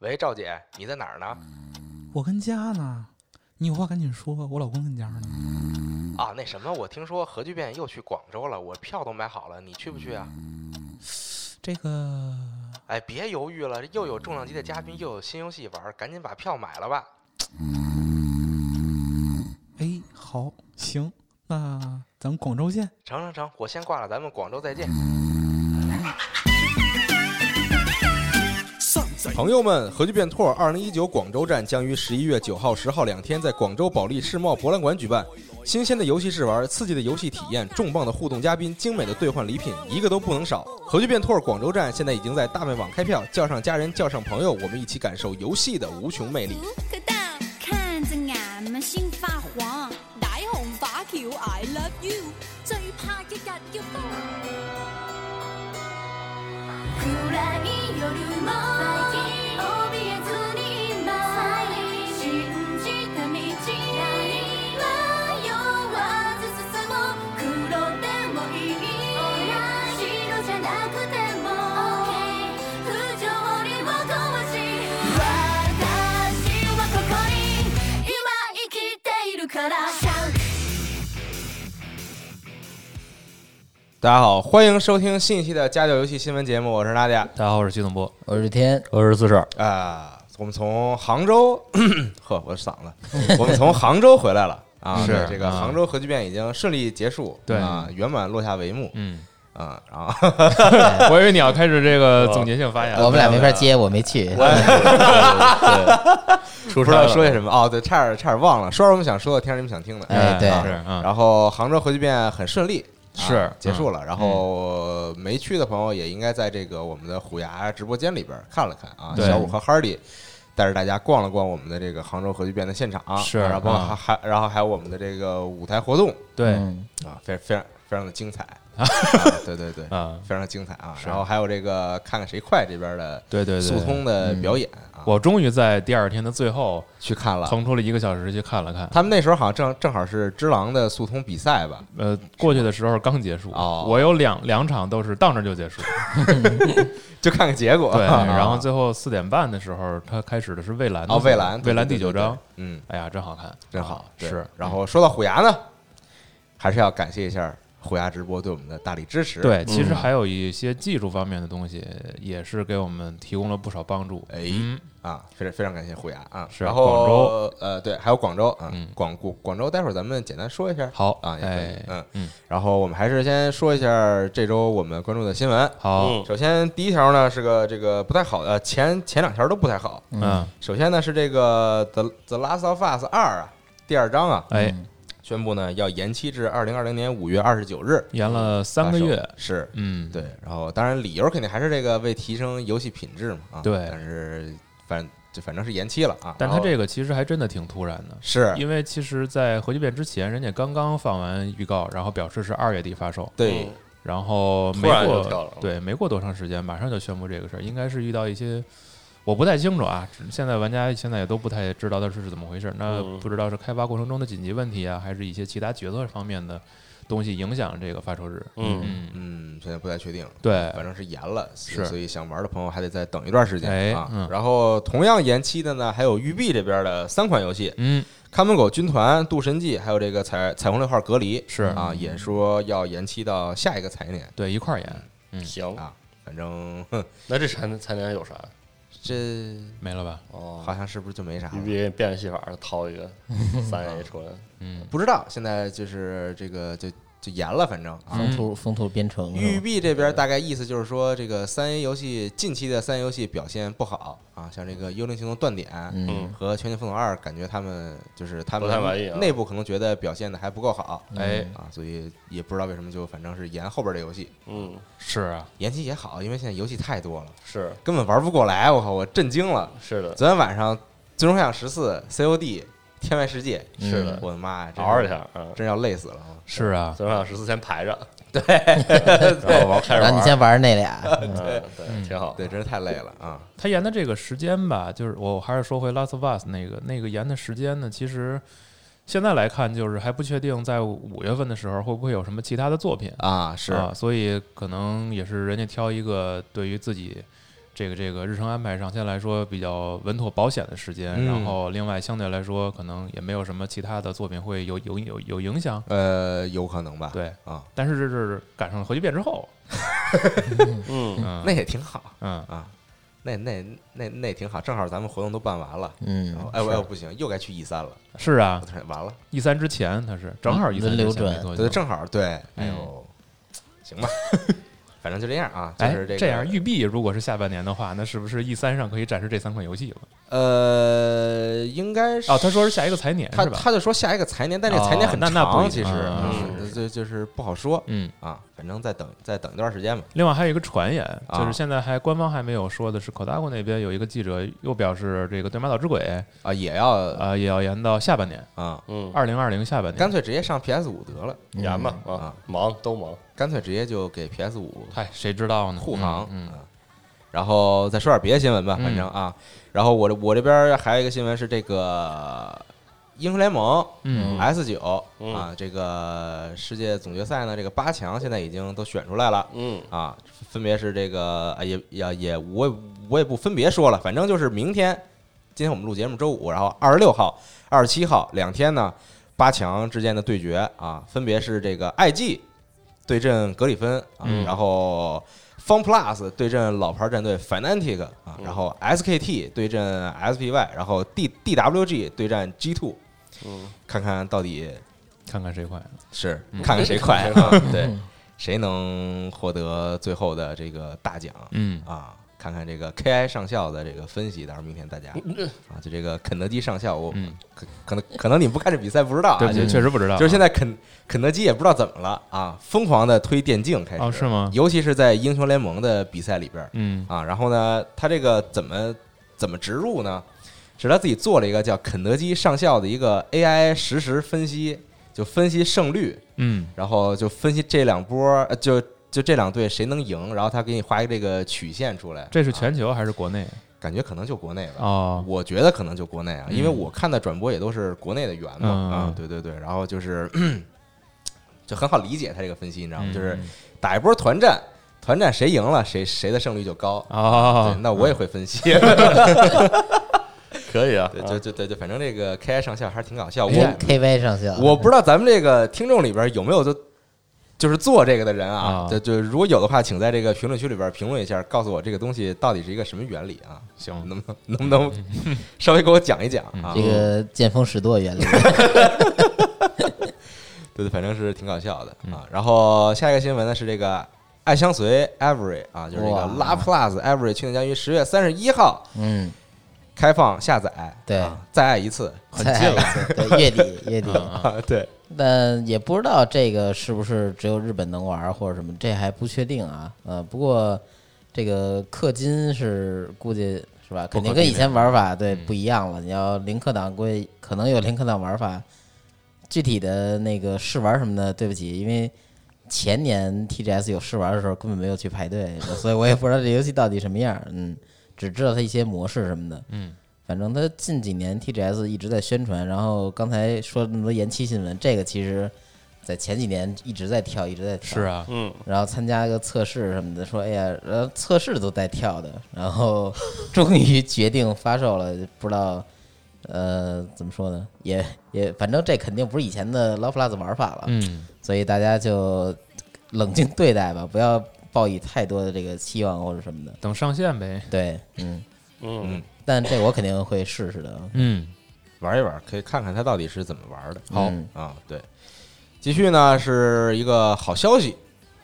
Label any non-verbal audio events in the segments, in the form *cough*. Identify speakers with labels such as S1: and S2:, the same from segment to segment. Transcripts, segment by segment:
S1: 喂，赵姐，你在哪儿呢？
S2: 我跟家呢，你有话赶紧说，我老公跟家呢。
S3: 嗯
S1: 啊，那什么，我听说核聚变又去广州了，我票都买好了，你去不去
S3: 嗯
S1: 啊？
S2: 这个
S1: 哎，别犹豫了，又有重量级的嘉宾，又有新游戏玩，赶紧把票买了吧。
S2: 哎，好，行，那咱们广州见。
S1: 成成成，我先挂了，咱们广州再
S3: 嗯
S1: 见。
S3: 朋友们，核聚变 Tour 二零一九广州站将于十一月九号、十号两天在广州保利世贸博览馆举办。新鲜的游戏试玩，刺激的游戏体验，重磅的互动嘉宾，精美的兑换礼品，一个都不能少。核聚变 Tour 广州站现在已经在大麦网开票，叫上家人，叫上朋友，我们一起感受游戏的无穷魅力。
S4: 佢得看着眼们先发黄，大雄把橋 I love you，最怕一日要崩。暗い夜も怯えずに今信じた道何は弱ず進もう黒でもいい白じゃなくても不条理を壊し私はここに今生きているから
S3: 大家好，欢迎收听新一期的家教游戏新闻节目，我是娜迪亚。
S5: 大家好，我是徐总波，
S6: 我是天，
S5: 我是四婶。
S3: 啊、我们从杭州， *coughs* 呵，我的嗓子，我们从杭州回来了啊。
S5: 是
S3: 对这个
S5: 啊
S3: 杭州核聚变已经顺利结束，
S5: 对
S3: 啊，圆满落下帷幕
S5: 嗯，
S3: 啊。然后
S5: 哎我以为你要开始这个总结性发言了。
S6: 我们俩没法接，我没去。
S3: 不知道说些什么哦，对，差点差点忘了，说说我们想说的，听着你们想听的。
S6: 哎对
S5: 啊
S3: 是
S5: 是啊，
S3: 然后杭州核聚变很顺利。啊
S5: 是嗯
S3: 结束了，然后没去的朋友也应该在这个我们的虎牙直播间里边看了看啊，
S5: 对
S3: 小五和 Hardy 带着大家逛了逛我们的这个杭州核聚变的现场，
S5: 是
S3: 然后包括还
S5: 啊
S3: 还然后还有我们的这个舞台活动，
S5: 对
S6: 嗯
S3: 啊，非非常非常的
S5: *laughs*
S3: 精彩啊，对对对，
S5: 啊，
S3: 非常的精彩啊。
S5: 是
S3: 然后还有这个看看谁快这边的
S5: 对对对，嗯
S3: 速通的表演啊，
S5: 我终于在第二天的最后
S3: 去看了。
S5: 腾出了一个小时去看了看。
S3: 他们那时候好像正正好是只狼的速通比赛吧？
S5: 呃，过去的时候刚结束，
S3: 哦
S5: 我有两两场都是到那儿就结束。
S3: 就看看结果。 *laughs*
S5: 对，然后
S3: 啊
S5: 最后四点半的时候，他开始的是蔚蓝的
S3: 哦，蔚蓝，
S5: 蔚
S3: 对
S5: 蓝
S3: 对
S5: 第九
S3: 对对
S5: 章，
S3: 嗯，
S5: 哎呀，真好看，
S3: 真好，对
S5: 是。
S3: 然后说到虎牙呢，还是要感谢一下虎牙直播对我们的大力支持。，
S5: 对，其
S3: 嗯
S5: 实还有一些技术方面的东西，也是给我们提供了不少帮助。
S3: 哎
S5: 嗯，
S3: 啊，非常非常感谢虎牙啊。
S5: 是
S3: 然后
S5: 广州
S3: 呃，对，还有广州啊
S5: 嗯，
S3: 广广广州，待会儿咱们简单说一下。
S5: 好
S3: 啊，也可以
S5: 哎，
S3: 嗯
S5: 嗯，
S3: 然后我们还是先说一下这周我们关注的新闻。
S5: 好，
S1: 嗯
S3: 首先第一条呢是个这个不太好的，呃前前两条都不太好。
S5: 嗯，
S3: 首先呢是这个《The The Last of Us 二》啊，第二章啊，
S5: 哎，
S3: 宣布呢要延期至二零二零年五月二十九日，
S5: 延了三个月
S3: 发售，是。
S5: 嗯，
S3: 对，然后当然理由肯定还是这个为提升游戏品质嘛啊，
S5: 对
S3: 但是反就反正是延期了啊，
S5: 但
S3: 然
S5: 他
S3: 后
S5: 这个其实还真的挺突然的，
S3: 是
S5: 因为其实，在核聚变之前，人家刚刚放完预告，然后表示是二月底发售，
S3: 对
S5: 然后没
S1: 突然就跳
S5: 过
S1: 了
S5: 对没过多长时间，马上就宣布这个事儿，应该是遇到一些我不太清楚啊，只现在玩家现在也都不太知道它是怎么回事，那
S1: 嗯
S5: 不知道是开发过程中的紧急问题啊，还是一些其他决策方面的东西影响这个发售日，
S1: 嗯
S5: 嗯，
S3: 嗯，现在不太确定，
S5: 对，
S3: 反正是延了，所以
S5: 是
S3: 所以想玩的朋友还得再等一段时
S5: 哎
S3: 间啊。
S5: 嗯
S3: 然后同样延期的呢，还有育碧这边的三款游戏，
S5: 嗯
S3: 《看门狗军团》《渡神记》还有这个彩彩虹六号隔离
S5: 是
S3: 啊，也说要延期到下一个财年
S5: 对一块儿演
S1: 行，
S3: 啊。反正哼
S1: 那这财财年有啥？
S3: 这
S5: 没了吧，
S1: 哦
S3: 好像是不是就没啥
S1: 你
S3: 了？
S1: 别人变着戏法儿掏
S3: *laughs*
S1: 一个三 A 出来，
S5: 嗯
S3: 不知道，现在就是这个就就延了，反正啊。
S6: 风土风土编程
S3: 育
S6: 是吧
S3: 碧这边大概意思就是说，这个三 A 游戏近期的三 A 游戏表现不好啊，像这个《幽灵行动：断点》
S6: 嗯，
S3: 和《全球风总二》，感觉他们就是他
S1: 不太满意啊
S3: 们内部可能觉得表现的还不够好
S5: 哎
S3: 啊，所以也不知道为什么就反正是延后边的游戏，
S1: 嗯，
S5: 是啊，
S3: 延期也好，因为现在游戏太多了，
S1: 是
S3: 根本玩不过来。我靠，我震
S1: *laughs*
S3: 惊了！
S1: 是的，
S3: 昨天晚上《最终幻想十四》、COD、天外世界，
S1: 是的，
S3: 我的妈呀，真是
S1: 嗷一下啊！
S3: 真要累死了。
S5: 是啊，
S1: 昨天晚上十四天排
S3: *laughs*
S1: 着，对，然后玩开始
S6: 然后你
S1: 玩，
S6: 先玩那
S7: *laughs*
S6: 俩，
S1: 嗯，
S7: 啊
S1: 对，挺好，
S3: 对，真是太累了啊！
S5: 他延的这个时间吧，就是我还是说回《Last of Us》那个那个延的时间呢，其实现在来看，就是还不确定在五月份的时候会不会有什么其他的作品
S3: 啊，是
S5: 啊，所以可能也是人家挑一个对于自己这个这个日程安排上先来说比较稳妥保险的时间，
S3: 嗯
S5: 然后另外相对来说可能也没有什么其他的作品会有有有有影响，
S3: 呃，有可能吧？
S5: 对。
S3: 啊，
S5: 但是这是赶上了核聚变之后，
S1: 嗯，
S5: 嗯，
S3: 那也挺好
S5: 嗯，
S3: 啊，那那那那也挺好，正好咱们活动都办完了。然后
S6: 嗯，
S3: 哎我
S5: 是
S3: 哎我不行，又该去 E 三了，
S5: 是啊
S3: 我，突然完了，
S5: 一三之前他是正好一 E 三
S6: 轮流
S5: 之前
S6: 转
S5: 没做
S3: 对，
S5: 就
S3: 正好对，
S5: 嗯
S3: 哎呦，行吧， *laughs* 反正就这样啊，就
S5: 哎
S3: 是个
S5: 这样，育碧如果是下半年的话，那是不是 E 三上可以展示这三款游戏了？
S3: 呃，应该是
S5: 哦，他说是下一个财年
S3: 他
S5: 是吧？
S3: 他就说下一个财年，但这个财年
S5: 哦
S3: 很
S5: 那那不
S3: 长，
S5: 一定
S3: 其实
S5: 啊
S1: 是
S3: 嗯，就就是不好说
S5: 嗯，
S3: 啊，反正再等再等一段时间吧。
S5: 另外还有一个传言，
S3: 啊
S5: 就是现在还官方还没有说的是，Kotaku 那边有一个记者又表示，这个《对马岛之鬼》
S3: 啊，也要
S5: 呃也要延到下半年，
S3: 啊，
S7: 嗯，
S5: 二零二零下半
S3: 干
S5: 年。
S3: 脆直接上 PS 五得了
S7: 严吧啊
S3: 啊，，
S7: 忙都忙。
S3: 干脆直接就给 PS 五
S5: 嗨，谁知道呢？
S3: 护航，
S5: 嗯，嗯
S3: 啊然后再说点别的新闻吧，
S5: 嗯
S3: 反正啊，然后我这我这边还有一个新闻是这个英雄联盟
S5: 嗯
S3: S 九
S7: 嗯
S3: 啊，这个世界总决赛呢，这个八强现在已经都选出来了，
S7: 嗯，
S3: 啊，分别是这个啊也也也我也我也不分别说了，反正就是明天，今天我们录节目周五，然后二十六号、二十七号两天呢，八强之间的对决啊，分别是这个 IG 对阵格里芬啊，
S5: 嗯
S3: 然后 Fun Plus 对阵老牌战队 Fnatic 啊，
S7: 嗯
S3: 然后 SKT 对阵 SPY，然后 D DWG 对战 G Two，
S7: 嗯，
S3: 看看到底
S5: 看看谁快。
S3: 是
S5: 嗯
S3: 看看
S7: *laughs*
S3: 谁快啊，对，谁能获得最后的这个大奖。
S5: 嗯，
S3: 啊，看看这个 KI 上校的这个分析，到时候明天大家啊，就这个肯德基上校，我
S5: 嗯
S3: 可可能可能你们不看这比赛不知道啊，
S5: 对不
S3: 就
S5: 起，确实不知道。
S3: 就是现
S5: 在
S3: 在肯肯德基也不知道怎么了啊，疯狂的推电竞开始，
S5: 哦，是吗？
S3: 尤其是在英雄联盟的比赛里边儿
S5: 嗯
S3: 啊，然后呢，他这个怎么怎么植入呢？是他自己做了一个叫肯德基上校的一个 AI 实时分析，就分析胜率，
S5: 嗯
S3: 然后就分析这两波，呃就就这两队谁能赢，然后他给你画一个这个曲线出来。
S5: 这是
S3: 啊
S5: 全球还是国内？
S3: 感觉可能就国内吧。
S5: 哦，
S3: 我觉得可能就国内啊，
S5: 嗯
S3: 因为我看的转播也都是国内的源嘛，
S5: 嗯
S3: 啊，对对对，然后就是 *clears throat* 咳就很好理解他这个分析，你知道吗？
S5: 嗯
S3: 就是
S5: 嗯
S3: 打一波团战，团战谁赢了，谁谁的胜率就高。
S5: 哦
S3: 对，，那我也会分
S5: *laughs*
S3: 析，
S7: 可以啊，
S3: 对，就就对对，反正这个 KI 上校还是挺搞笑。
S5: 哎呀
S3: 我
S6: K Y 上校，
S3: *laughs* 我不知道咱们这个听众里边有没有就就是做这个的人啊
S5: 啊，
S3: 就就如果有的话，请在这个评论区里边评论一下，告诉我这个东西到底是一个什么原理啊，
S5: 行，
S3: 能不能能不能稍微给我讲一讲啊？
S6: 这个见风使舵原理，
S3: 对对，反正是挺搞笑的
S5: 嗯
S3: 啊。然后下一个新闻呢是这个爱相随 Every 啊，就是这个
S6: 哇
S3: 拉 Plus Every 去年将于十月三十一号
S6: 嗯，
S3: 开放下载，
S6: 对
S3: 啊再爱一次
S6: 很近了，对，月底月底，
S3: 啊， *laughs* 对，
S6: 但也不知道这个是不是只有日本能玩儿或者什么，这还不确定啊。呃，不过这个氪金是估计是吧，肯定跟以前玩法对不一样了。你要零氪党，估计可能有零氪党玩法。具体的那个试玩什么的，对不起，因为前年 TGS 有试玩的时候根本没有去排队，所以我也不知道这游戏到底什么样儿。嗯，只知道它一些模式什么的。
S5: 嗯，
S6: 反正它近几年 TGS 一直在宣传，然后刚才说了那么多延期新闻，这个其实在前几年一直在跳，一直在跳。
S5: 是。啊，
S7: 嗯，
S6: 然后参加个测试什么的，说哎呀，然后测试都带跳的，然后 *laughs* 终于决定发售了，不知道呃怎么说呢，也也反正这肯定不是以前的 Love Plus 玩法了，
S3: 啊
S5: 嗯
S6: 所以大家就冷静对待吧，不要抱以太多的这个期望或者什么的。
S5: 等上线呗。
S6: 对，嗯，
S7: 嗯，
S6: 但这我肯定会试试的。
S5: 嗯
S3: 玩一玩，可以看看它到底是怎么玩的。
S6: 好
S3: 嗯啊，对，继续呢是一个好消息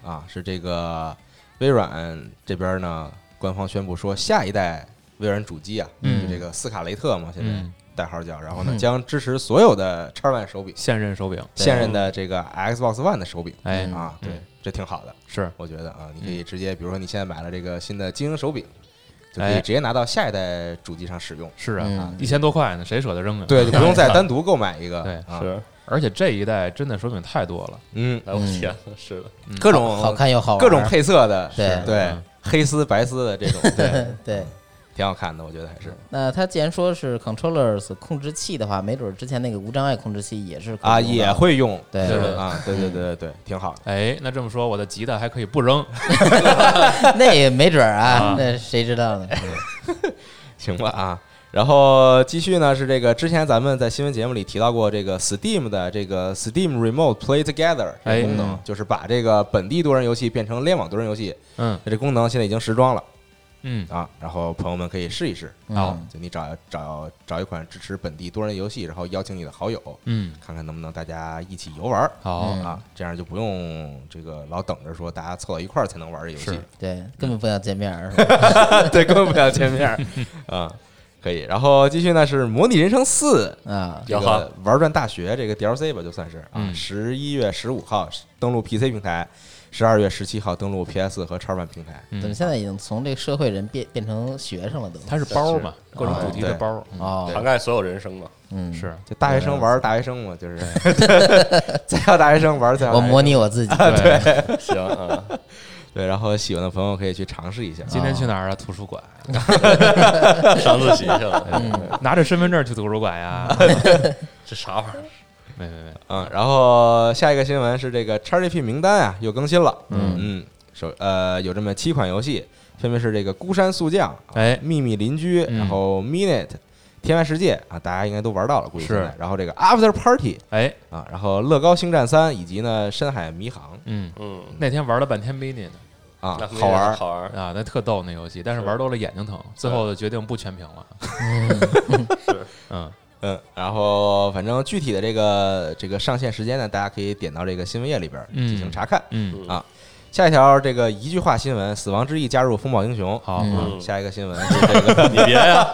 S3: 啊，是这个微软这边呢官方宣布说，下一代微软主机啊，
S5: 嗯
S3: 就这个斯卡雷特嘛，现在。
S5: 嗯，
S3: 代号叫，然后呢
S6: 嗯
S3: 将支持所有的叉 One 手柄，
S5: 现任手柄，
S6: 对
S3: 现任的这个 Xbox One 的手柄
S5: 哎
S6: 嗯
S3: 啊，对
S5: 嗯，
S3: 这挺好的，
S5: 是
S3: 我觉得啊，你可以直接，比如说你现在买了这个新的精英手柄，就可以
S5: 哎
S3: 直接拿到下一代主机上使用，
S5: 是啊，
S6: 嗯
S5: 一千多块呢，谁舍得扔啊？
S3: 对，就不用再单独购买一个，
S5: 对
S3: 啊，
S7: 是，
S5: *laughs* 而且这一代真的手柄太多了，
S3: 嗯，
S7: 哎我天，是的，
S3: 各
S6: 好
S3: 种
S6: 看又好玩，
S3: 各种配色的，
S6: 对
S3: 对
S5: 嗯，
S6: *laughs*
S3: 黑丝白丝的这种，
S6: 对，
S3: 挺好看的，我觉得
S6: *laughs*
S3: 还是
S6: 那它既然说是 controllers 控制器的话，没准儿之前那个无障碍控制器也是可
S3: 啊
S6: 以用
S3: 也
S6: 到
S3: 会用，
S6: 对
S3: 是
S5: 对
S3: 的啊，对对对对对，挺
S6: *laughs*
S3: 好的。
S5: 哎，那这么说，我的吉他还可以不扔，
S6: 的那也没准儿啊
S5: 啊，
S6: 那谁知道呢？
S3: 行了啊。然后继续呢是这个之前咱们在新闻节目里提到过这个 Steam 的这个 Steam Remote Play Together 这个功能
S6: 嗯
S5: 哎，
S3: 就是把这个本地多人游戏变成联网多人游戏，
S5: 嗯
S3: 这功能现在已经实装了
S5: 嗯，
S3: 啊。然后朋友们可以试一试，
S5: 好
S6: 嗯，
S3: 就你找找找一款支持本地多人游戏，然后邀请你的好友，
S5: 嗯，
S3: 看看能不能大家一起游玩儿
S5: 好，
S6: 嗯
S3: 啊，这样就不用这个老等着说大家凑到一块儿才能玩这游戏
S5: 是，
S6: 对，根本不想见面儿，是
S3: *laughs*
S6: 吧
S3: 对，根本不想见面 *laughs* 儿啊。可以，然后继续呢是《模拟人生四》
S6: 啊，
S3: 这
S7: 哈
S3: 个玩转大学这个 DLC 吧，就算是啊，
S5: 嗯
S3: 十一月十五号登陆 PC 平台，十二月十七号登陆 PS 和叉 One 平台。
S5: 嗯
S6: 怎么现在已经从这个社会人变变成学生了都？
S5: 它是包嘛，各种主题的
S3: 对
S5: 包儿，嗯
S7: 涵
S6: 哦，
S7: 盖所有
S3: *laughs*
S7: 人生嘛。
S6: 嗯，
S5: 是，
S3: 就大学生玩大学生嘛， *laughs* 就是再要大学生玩再要大
S6: 我
S3: 学生
S6: 模拟我自己，
S5: 对，
S7: 行啊，
S3: 对，然后喜欢的朋友可以去尝试一下。
S5: 今天去哪儿啊？图书馆，
S7: 上自习去
S3: *laughs* 哎
S7: 了，嗯
S5: 拿着身份证去图书馆呀？
S7: 这啥玩意儿？
S5: 没没没，
S3: 嗯，然后下一个新闻是这个 XGP 名单啊又更新了，
S6: 嗯
S3: 嗯，首呃有这么七款游戏，分别是这个《孤山速降》、啊
S5: 哎
S3: 秘密邻居》，
S5: 嗯
S3: 然后《Minute》、《天外世界》啊，大家应该都玩到了，估计
S5: 是
S3: 现在然后这个《After Party
S5: 哎，》
S3: 啊，然后《乐高星战三》以及呢《深海迷航
S5: 嗯，
S7: 嗯，
S5: 那天玩了半天 mini 呢，
S3: 啊
S7: 那，
S3: 好玩儿。
S7: 好玩儿，
S5: 啊，那特逗那游戏，但是
S7: 是
S5: 玩多了眼睛疼，最后决定不全屏了， *laughs* 嗯，
S3: 嗯，然后反正具体的这个这个上线时间呢，大家可以点到这个新闻页里边儿
S5: 嗯
S3: 进行查看。
S5: 嗯，
S3: 啊下一条这个一句话新闻，《死亡之翼》加入风暴英雄。
S5: 好，
S6: 嗯
S3: 啊
S7: 嗯
S3: 下一个新闻是这个，
S7: 你别呀，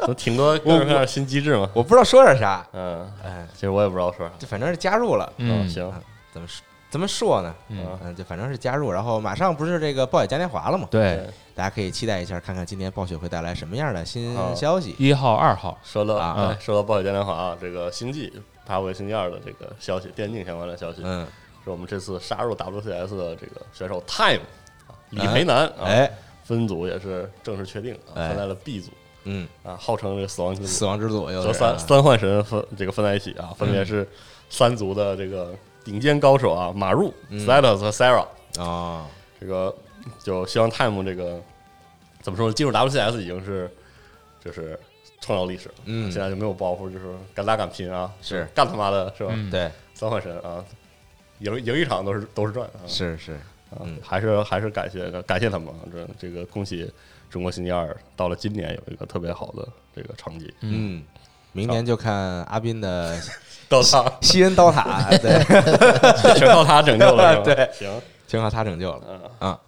S7: 能挺多各种各样的新机制嘛。
S3: 我不知道说点啥，
S7: 嗯，
S3: 哎，
S7: 其实我也不知道说啥。
S3: 这反正是加入了，
S5: 嗯，
S7: 啊哦行，
S3: 怎么说怎么说呢？
S1: 啊
S5: 嗯，
S3: 嗯，这反正是加入，然后马上不是这个暴雪嘉年华了嘛，
S5: 对，
S3: 大家可以期待一下，看看今年暴雪会带来什么样的新
S7: 好
S3: 消息。
S5: 一号、二号，
S7: 说到
S3: 啊
S7: 哎说到暴雪嘉年华啊，这个星际发布星期二的这个消息，电竞相关的消息，
S3: 嗯，
S7: 是我们这次杀入 WCS 的这个选手 Time 啊李培南啊，
S3: 哎，
S7: 分组也是正式确定啊，
S3: 哎
S7: 分在了 B 组
S3: 嗯，
S7: 啊，号称这个死亡之
S3: 死
S7: 组，
S3: 亡之组啊嗯又
S7: 和
S3: 是
S7: 三三幻神分这个分在一起啊，分别是三族的这个顶尖高手啊，马入、
S3: 嗯
S7: Slatus 和 Sarah，
S3: 哦，
S7: 这个就希望 Time 这个怎么说呢，进入 WCS 已经是就是创造历史了。
S3: 嗯，
S7: 现在就没有包袱，就是敢打敢拼啊，
S3: 是
S7: 干他妈的，是吧？
S5: 嗯
S3: 对，
S7: 三幻神啊，赢赢一场都是都是赚啊，
S3: 是是，
S7: 啊
S3: 嗯
S7: 还是还是感谢感谢他们啊，这这个恭喜中国星期二到了今年有一个特别好的这个成绩，
S3: 嗯，明年就看阿斌的
S7: 到 *laughs* 他
S3: 西恩刀塔，
S7: *laughs*
S3: 对，
S7: 全靠他拯救了，是吧
S3: 对
S7: 行，
S3: 全靠他拯救了
S7: 嗯，
S3: 啊。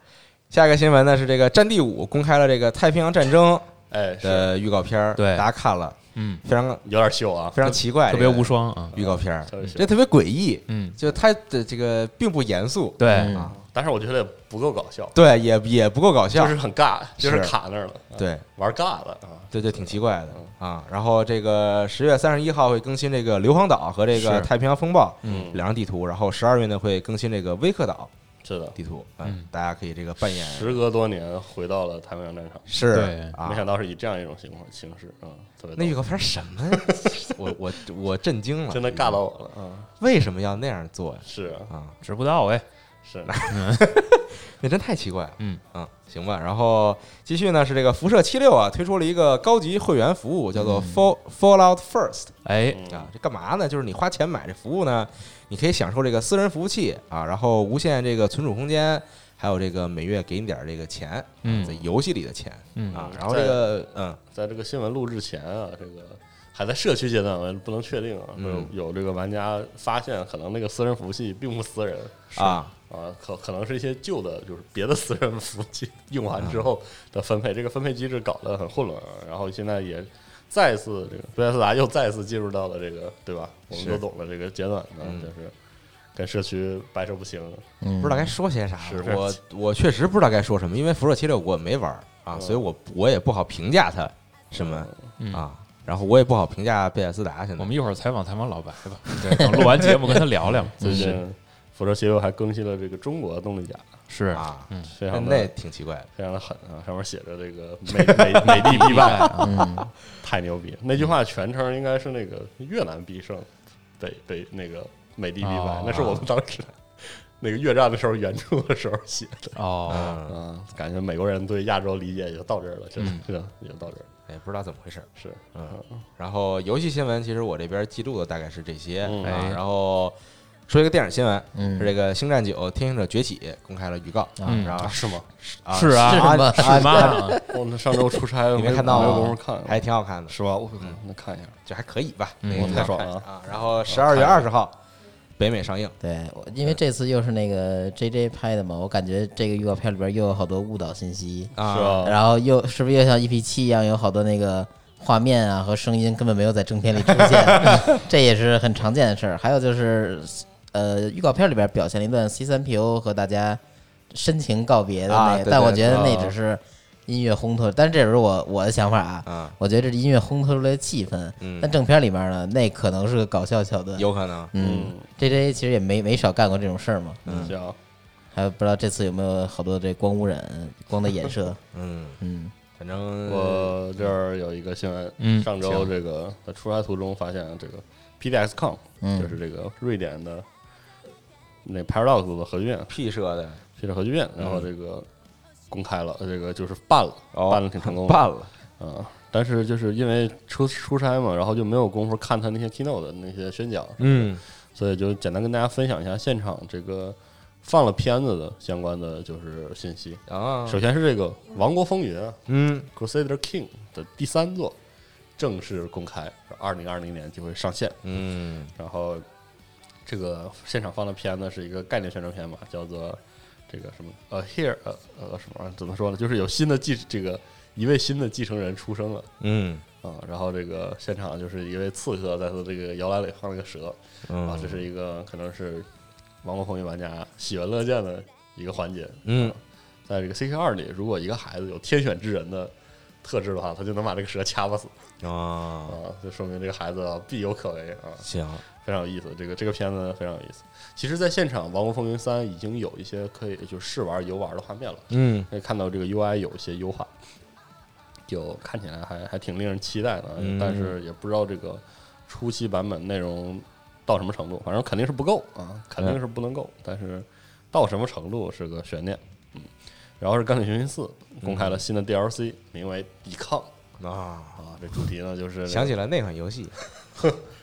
S3: 下一个新闻呢是这个《战地五》公开了这个太平洋战争
S7: 哎，是
S3: 的预告片儿，
S5: 对
S3: 大家看了，
S5: 嗯，
S3: 非常
S7: 有点秀啊，
S3: 非常奇怪，
S5: 特别
S3: 这个
S5: 无双啊，
S7: 嗯
S3: 预告片儿
S7: 特别，秀
S3: 这特别诡异，
S5: 嗯，
S3: 就它的这个并不严肃，啊
S5: 对，
S6: 嗯，
S7: 但是我觉得也不够搞笑，
S3: 对，也也不够搞笑，
S7: 就是很尬，就是
S3: 是
S7: 卡那儿了，啊
S3: 对
S7: 玩尬了啊，
S3: 对对，挺奇怪
S7: 嗯
S3: 的啊。然后这个十月三十一号会更新这个硫磺岛和这个
S5: 是
S3: 太平洋风暴
S7: 嗯
S3: 两张地图，然后十二月呢会更新这个威克岛
S7: 是的，
S3: 地图，
S5: 嗯，
S3: 大家可以这个扮演
S7: 时隔多年回到了太平洋战场。
S3: 是
S5: 对
S3: 啊
S7: 没。想到是以这样一种形形式啊，特别逗
S3: 那预告片什
S7: *laughs*
S3: 么呀？我我我震惊了，
S7: 真的尬到我
S3: 嗯
S7: 了啊！
S3: 为什么要那样做呀？
S7: 是啊，
S3: 啊，
S5: 知不到哎，
S7: 是啊
S3: 那真太奇怪了。
S5: 嗯
S3: 行吧。然后继续呢是这个辐射七六啊，推出了一个高级会员服务，叫做
S5: 嗯
S3: Fall Fallout First
S5: 哎，
S7: 嗯
S3: 啊。这干嘛呢？就是你花钱买这服务呢，你可以享受这个私人服务器啊，然后无限这个存储空间，还有这个每月给你点儿这个钱，
S5: 嗯
S3: 在游戏里的钱
S5: 嗯
S3: 啊。然后这个嗯
S7: 在这个新闻录制前啊，这个还在社区阶段，我也不能确定啊。会
S3: 嗯
S7: 有有这个玩家发现，可能那个私人服务器并不私人
S3: 啊
S7: 啊，可可能是一些旧的，就是别的私人服务器用完之后的分配，这个分配机制搞得很混乱啊。然后现在也再次这个贝斯达又再次进入到了这个对吧？我们
S3: 是
S7: 都懂了这个阶段啊，
S3: 嗯
S7: 就是跟社区掰扯不清，
S6: 嗯
S3: 不知道该说些啥
S7: 是。
S3: 我我确实不知道该说什么，因为辐射七六我没玩儿啊，
S7: 嗯
S3: 所以我我也不好评价它什么
S5: 嗯
S3: 啊。然后我也不好评价贝塞斯达现在
S5: *laughs* 我。们一会儿采访采访老白吧，
S3: 对
S7: *laughs*
S5: 等录完节目跟他聊聊，
S7: 最近辐射协会还更新了这个中国动力甲，
S5: 是
S3: 啊，
S7: 非
S3: 那
S7: 常
S3: 那
S7: 的
S3: 挺奇怪的。
S7: 非常的狠啊，上面写着
S3: *laughs*
S7: 这个美美美帝必败，
S6: 嗯，
S7: 太牛逼了！那句话全称应该是那个越南必胜，北北那个美帝必败，
S5: 哦
S7: 那是我们当时那个越战的时候援助的时候写的。
S5: *laughs* 哦，
S3: 嗯，
S7: 嗯，感觉美国人对亚洲理解也就到这儿了，真的，
S5: 嗯
S7: 真的也就到这儿了。
S3: 也哎不知道怎么回事儿。
S7: 是，
S3: 嗯然后游戏新闻，其实我这边记录的大概是这些
S7: 嗯
S3: 啊
S5: 哎。
S3: 然后说一个电影新闻，
S6: 嗯
S3: 是这个《星战九：天行者崛起》公开了预告，
S5: 嗯
S3: 然后
S7: 是吗？
S3: 啊
S5: 是啊
S6: 是什么？
S5: 是吗？
S7: *laughs* 我哦那上周出差
S3: 你没
S7: 没
S3: 看到
S7: 没有
S3: 啊
S7: 功夫看，
S3: *laughs* 还挺好看的，嗯
S7: 是吧？我嗯那看一下，
S3: 就还可以吧，
S5: 嗯
S3: 那个
S5: 我
S3: 挺
S7: 太
S3: 好
S7: 爽
S3: 看
S7: 了
S3: 啊。然后十二月二十号北美上映，
S6: 对，我因为这次又是那个 J J 拍的嘛，我感觉这个预告片里边又有好多误导信息，
S3: 啊
S7: 是吧？
S6: 然后又是不是又像 EP 七一样，有好多那个画面啊和声音根本没有在正片里出
S3: *laughs*
S6: 现，这也是很常见的事儿。还有就是，呃，预告片里边表现了一段 C 三 PO 和大家深情告别的那个，
S3: 啊对
S6: 但我
S3: 对
S6: 觉得那
S7: 啊
S6: 只是音乐烘托，但是这也是我我的想法啊，
S3: 啊，
S6: 我觉得这是音乐烘托出来的气氛。
S3: 嗯
S6: 但正片里面呢，那可能是个搞笑桥段。
S3: 有可能
S6: 嗯，J J 其实也没没少干过这种事儿嘛。
S7: 嗯，行，
S6: 还有不知道这次有没有好多这光污染、光的衍射。
S3: 嗯，
S6: 嗯
S3: 反正
S7: 我这儿有一个新闻，
S5: 嗯
S7: 上周这个在出差途中发现这个 PDXCOM，
S6: 嗯，
S7: 就是这个瑞典的那 Paradox 的核聚变，
S3: P 社的
S7: 批了核聚变，然后这个公开了，这个就是办了，
S3: 哦
S7: 办了挺成功的，
S3: 办了，
S7: 嗯，但是就是因为出出差嘛，然后就没有功夫看他那些 keynote 的那些宣讲，
S3: 嗯
S7: 所以就简单跟大家分享一下现场这个放了片子的相关的就是信息。
S3: 啊，
S7: 首先是这个《王国风云》啊，
S3: 嗯
S7: Crusader King 的第三座正式公开，二零二零年就会上线。
S3: 嗯
S7: 然后这个现场放的片子是一个概念宣传片嘛，叫做这个什么呃 Here 呃呃什么玩意儿怎么说呢？就是有新的继这个一位新的继承人出生了
S3: 嗯
S7: 啊、然后这个现场就是一位刺客在他这个摇篮里放了个蛇啊，这
S3: 嗯
S7: 是一个可能是《王国风云》玩家喜闻乐见的一个环节，
S3: 嗯，
S7: 在这个 CQ 二里，如果一个孩子有天选之人的特质的话，他就能把这个蛇掐巴死
S3: 啊，
S7: 啊，就说明这个孩子啊必有可为啊，
S3: 行，
S7: 非常有意思。这个这个片子非常有意思。其实，在现场《王国风云三》已经有一些可以就试玩游玩的画面了，
S3: 嗯
S7: 可以看到这个 UI 有一些优化，就看起来还还挺令人期待的啊
S3: 嗯，
S7: 但是也不知道这个初期版本内容到什么程度，反正肯定是不够啊，肯定是不能够，但是到什么程度是个悬念。嗯，然后是《钢铁雄心四》公开了新的 DLC，、名为《抵抗》
S3: 啊，
S7: 啊，这主题呢就是这个
S3: 想起了那款游戏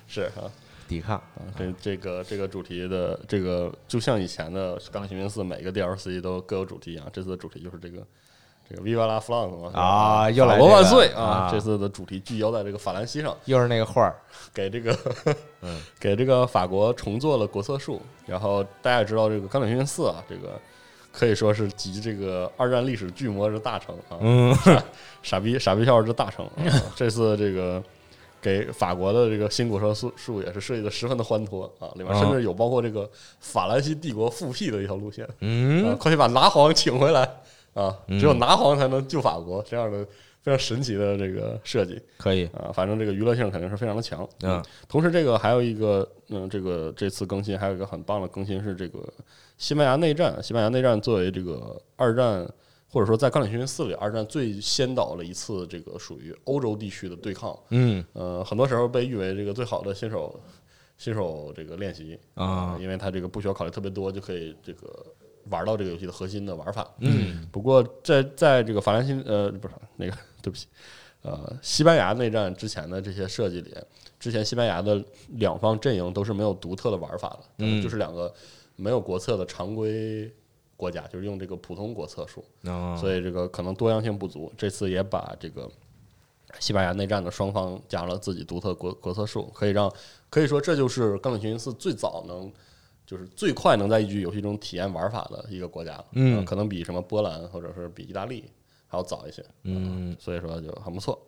S7: 是啊，
S3: 抵抗，
S7: 啊，这这个这个主题的这个，就像以前的《钢铁雄心四》每个 DLC 都各有主题一样，啊这次的主题就是这个这个 Viva La France 嘛
S3: 啊
S7: 是吧
S3: 又来
S7: 法国
S3: 这个
S7: 万岁
S3: 啊
S7: 这次的主题聚焦在这个法兰西上，
S3: 又是那个画儿，
S7: 给这个
S3: 嗯
S7: *laughs* 给这个法国重做了国策树。然后大家也知道，这个《钢铁雄心四》啊，这个可以说是集这个二战历史巨魔之大成啊，
S3: 嗯
S7: *laughs* 傻逼傻逼笑之大
S3: *laughs*
S7: 成、啊。这次这个给法国的这个新古车树树也是设计的十分的欢脱啊，里面甚至有包括这个法兰西帝国复辟的一条路线，啊
S3: 嗯，
S7: 快去把拿皇请回来啊！只有拿皇才能救法国，这样的非常神奇的这个设计
S3: 可以，
S7: 啊，反正这个娱乐性肯定是非常的强。
S3: 嗯，
S7: 同时这个还有一个，嗯，这个这次更新还有一个很棒的更新是这个西班牙内战。西班牙内战作为这个二战或者说在《钢铁雄心四》里，二战最先导了一次这个属于欧洲地区的对抗。
S3: 嗯
S7: 呃，很多时候被誉为这个最好的新手新手这个练习
S3: 啊
S7: 因为它这个不需要考虑特别多就可以这个玩到这个游戏的核心的玩法。嗯，不过在在这个法兰西呃不是那个对不起，呃西班牙内战之前的这些设计里，之前西班牙的两方阵营都是没有独特的玩法的，
S3: 嗯
S7: 就是两个没有国策的常规国家，就是用这个普通国策术。
S3: 啊，
S7: 所以这个可能多样性不足。这次也把这个西班牙内战的双方加了自己独特国国策术，可以让可以说这就是《钢铁雄心四》最早能就是最快能在一局游戏中体验玩法的一个国家了。
S3: 嗯
S7: 呃可能比什么波兰或者是比意大利还要早一些。
S3: 嗯
S7: 所以说就很不错。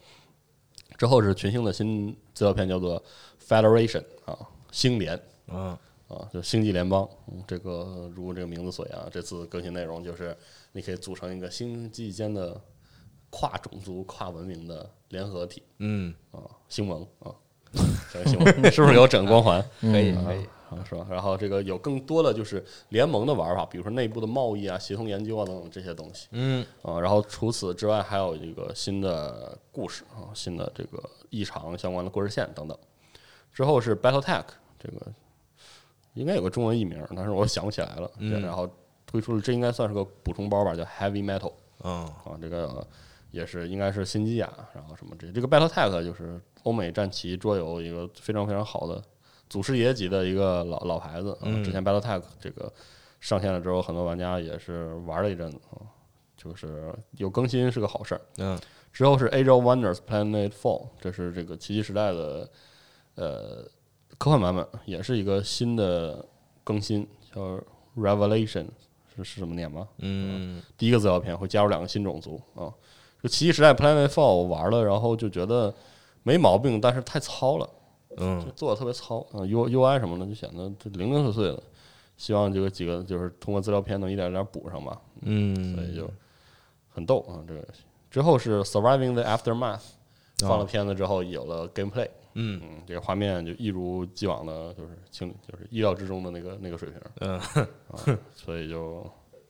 S7: 之后是群星的新资料片，叫做《Federation》啊，星联。
S3: 嗯
S7: 啊，就星际联邦，嗯，这个如这个名字所言啊，这次更新内容就是你可以组成一个星际间的跨种族、跨文明的联合体
S3: 嗯， *laughs*
S7: 啊，星盟啊，叫星盟是不是有整个光环？
S3: 可以
S7: 啊
S3: 可以，
S7: 啊，是吧？然后这个有更多的就是联盟的玩法，比如说内部的贸易啊、协同研究啊等等这些东西
S3: 嗯，
S7: 啊。然后除此之外，还有这个新的故事啊、新的这个异常相关的故事线等等。之后是 BattleTech 这个应该有个中文译名，但是我想不起来了。
S3: 嗯
S7: 对然后推出了，这应该算是个补充包吧，叫 Heavy Metal。
S3: 嗯，
S7: 啊，这个也是应该是新基亚，然后什么这这个 BattleTech 就是欧美战棋桌游一个非常非常好的祖师爷级的一个老老牌子。啊
S3: 嗯
S7: 之前 BattleTech 这个上线了之后，很多玩家也是玩了一阵子啊，就是有更新是个好事儿。
S3: 嗯，
S7: 之后是 Age of Wonders Planet Fall，这是这个奇迹时代的呃科幻版本，也是一个新的更新，叫 Revelation，是是怎么念吗？
S3: 嗯，
S7: 第一个资料片会加入两个新种族啊。就《奇异时代 Planet Fall》我玩了，然后就觉得没毛病，但是太糙了，就
S3: 嗯，
S7: 做的特别糙啊、U U I 什么的就显得这零零碎碎的。希望这个几个就是通过资料片能一点点补上吧，
S3: 嗯，
S7: 所以就很逗啊。这个游戏之后是《Surviving the Aftermath》，放
S3: 啊
S7: 了片子之后有了 gameplay，
S3: 哦嗯
S7: 嗯，这个画面就一如既往的，就是清，就是意料之中的那个那个水平，
S3: 嗯
S7: 啊，所以就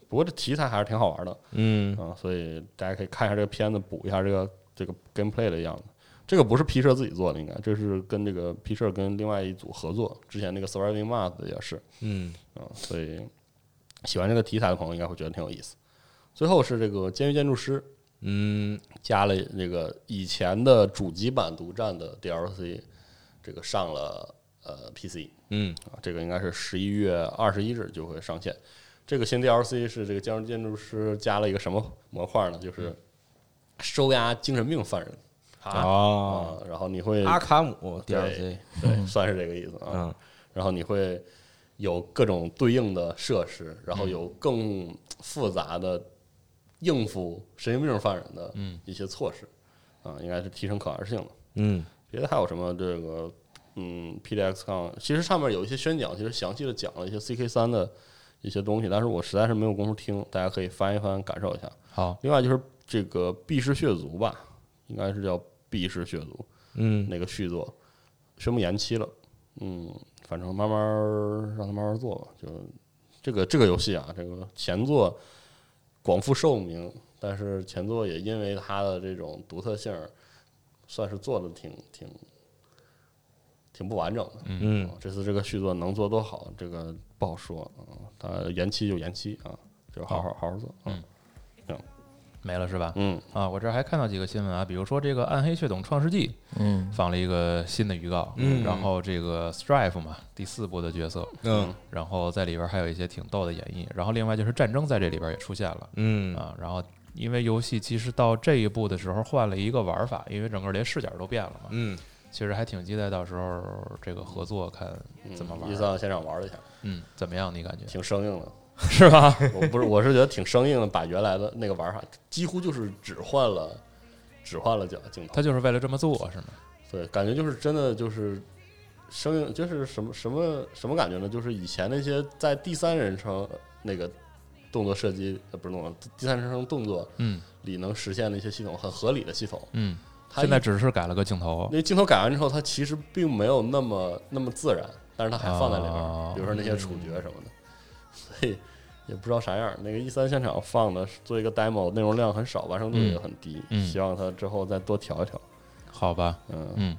S7: 不过这题材还是挺好玩的，
S3: 嗯，
S7: 啊，所以大家可以看一下这个片子，补一下这个这个 gameplay 的样子。这个不是 P 社自己做的，应该这是跟这个 P 社跟另外一组合作，之前那个 Surviving Mars 也是
S3: 嗯，
S7: 啊，所以喜欢这个题材的朋友应该会觉得挺有意思。最后是这个《监狱建筑师》，
S3: 嗯，
S7: 加了这个以前的主机版独占的 DLC，这个上了呃 PC，
S3: 嗯
S7: 啊，这个应该是十一月二十一日就会上线。这个新 DLC 是这个建筑建筑师加了一个什么模块呢？
S3: 嗯
S7: 就是收押精神病犯人
S3: 啊，
S7: 啊，然后你会
S3: 阿卡姆
S7: 对
S3: DLC，
S7: 对，算是这个意思啊。
S3: 嗯
S7: 然后你会有各种对应的设施，然
S3: 嗯
S7: 后有更复杂的应付神经病犯人的一些措施啊，应该是提升可玩性了。
S3: 嗯
S7: 别的还有什么这个嗯 PDX 杠，其实上面有一些宣讲，其实详细的讲了一些 CK 三的一些东西，但是我实在是没有功夫听，大家可以翻一翻感受一下。
S5: 好，
S7: 另外就是这个《毕氏血族》吧，应该是叫《毕氏血族》
S3: 嗯
S7: 那个续作，宣布延期了。嗯，反正慢慢儿让它慢慢儿做吧。就这个这个游戏啊，这个前作广负盛名，但是前作也因为它的这种独特性儿，算是做的挺挺挺不完整的。
S3: 嗯
S7: 啊，这次这个续作能做多好，这个不好说啊。它延期就延期啊，就好好好好做。
S5: 嗯
S7: 啊
S5: 没了是吧？
S7: 嗯
S5: 啊，我这儿还看到几个新闻啊，比如说这个《暗黑血统：创世纪》
S6: 嗯，
S5: 放了一个新的预告，
S3: 嗯
S5: 然后这个 Strife 嘛，第四部的角色，
S3: 嗯
S5: 然后在里边还有一些挺逗的演绎，然后另外就是战争在这里边也出现了
S3: 嗯
S5: 啊，然后因为游戏其实到这一步的时候换了一个玩法，因为整个连视角都变了嘛，
S3: 嗯，
S5: 其实还挺期待到时候这个合作看
S7: 嗯，
S5: 怎么玩
S7: 一三现场玩了一下，
S5: 嗯怎么样，你感觉
S7: 挺生硬的。
S5: *laughs* 是吧？
S7: *laughs* 我不是，我是觉得挺生硬的，把原来的那个玩法几乎就是只换了，只换了角镜头
S5: 他。就是为了这么做是吗？
S7: 对，感觉就是真的就是生硬，就是什么什么什么感觉呢？就是以前那些在第三人称那个动作射击，呃，不是动作，第三人称动作
S5: 嗯
S7: 里能实现的一些系统，很合理的系统，
S5: 嗯，
S7: 它
S5: 现在
S7: 一
S5: 只是改了个镜头，
S7: 那镜头改完之后，它其实并没有那么那么自然，但是它还放在里边儿，
S5: 哦
S7: 比如说那些处决什么的， *laughs* 所以也不知道啥样儿。那个一三现场放的是做一个 demo，内容量很少，完成度也很低，
S5: 嗯
S7: 希望它之后再多调一调。
S5: 好吧？
S7: 嗯
S5: 嗯，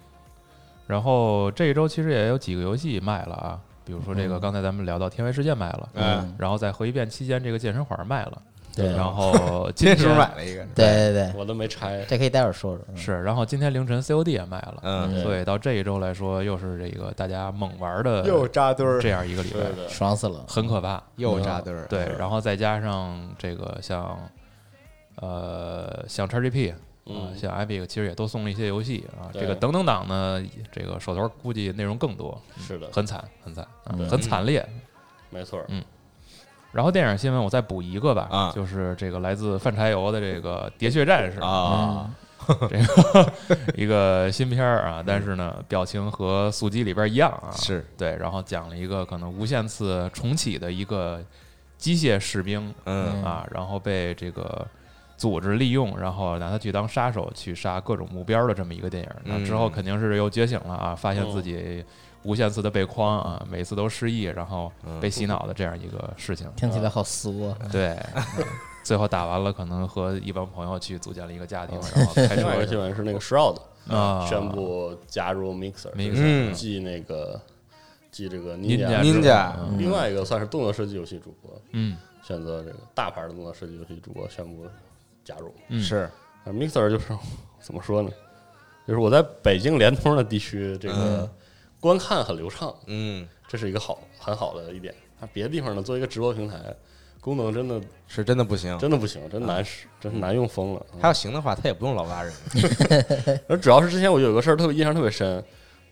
S5: 然后这一周其实也有几个游戏卖了啊，比如说这个刚才咱们聊到《天外世界》卖了，
S3: 嗯，
S5: 然后在核聚变期间这个健身环卖了，
S6: 对啊
S5: 然后今
S3: 这是不是
S5: 天
S3: 买了一个？
S6: 对对对，
S7: 我都没拆，
S6: 这可以待会儿说说。嗯
S5: 是，然后今天凌晨 COD 也卖了，
S3: 嗯，
S5: 所以到这一周来说，又是这个大家猛玩的
S3: 扎堆
S5: 这，样一个礼拜
S7: 对，的，
S6: 爽死了。
S5: 很可怕，嗯
S3: 又扎堆儿，
S5: 对，然后再加上这个像。呃，像 XGP 啊、
S7: 嗯
S5: 像 Epic 其实也都送了一些游戏啊。这个
S7: 对
S5: 等等党呢，这个手头估计内容更多，
S7: 是的，
S5: 很惨，很惨，啊
S6: 嗯
S5: 很惨烈。
S7: 没错儿。
S5: 然后电影新闻我再补一个吧，
S3: 啊
S5: 就是这个来自范柴油的这个《喋血战士》
S3: 啊，
S5: 这个一个新片儿啊，但是呢，表情和《速激》里边一样啊，
S3: 是，
S5: 对，然后讲了一个可能无限次重启的一个机械士兵
S3: 嗯
S5: 啊，然后被这个。组织利用，然后拿他去当杀手，去杀各种目标的这么一个电影。那之后
S3: 嗯
S7: 哦
S5: 肯定是又觉醒了啊，发现自己无限次的被诓啊，每次都失忆，然后
S7: 嗯
S5: 被洗脑的这样一个事情。
S6: 听起来好俗啊！
S5: 对， *laughs* 嗯最后打完了，可能和一帮朋友去组建了一个家庭，然后开
S7: 哦另外一个新
S5: 车
S7: 闻是那个 Shroud
S5: 啊，
S7: 宣布加入 Mixer，
S5: Mixer
S3: 嗯，
S7: 继那个继这个
S5: Ninja
S3: 之
S7: Ninja
S5: 之
S3: 后
S5: 后
S7: 另外一个算是动作设计游戏主播，
S5: 嗯
S7: 选择这个大牌的动作设计游戏主播宣布加入。
S5: 嗯
S3: 是
S7: 而 Mixer 就是怎么说呢？就是我在北京联通的地区，这个观看很流畅，
S3: 嗯，
S7: 这是一个好很好的一点。它别的地方呢，做一个直播平台，功能真的
S3: 是真的不行。
S7: 真的不行，真难使，真难用疯了。嗯
S3: 他要行的话，他也不用老挖人。
S7: 而主要是之前我有个事儿特别印象特别深，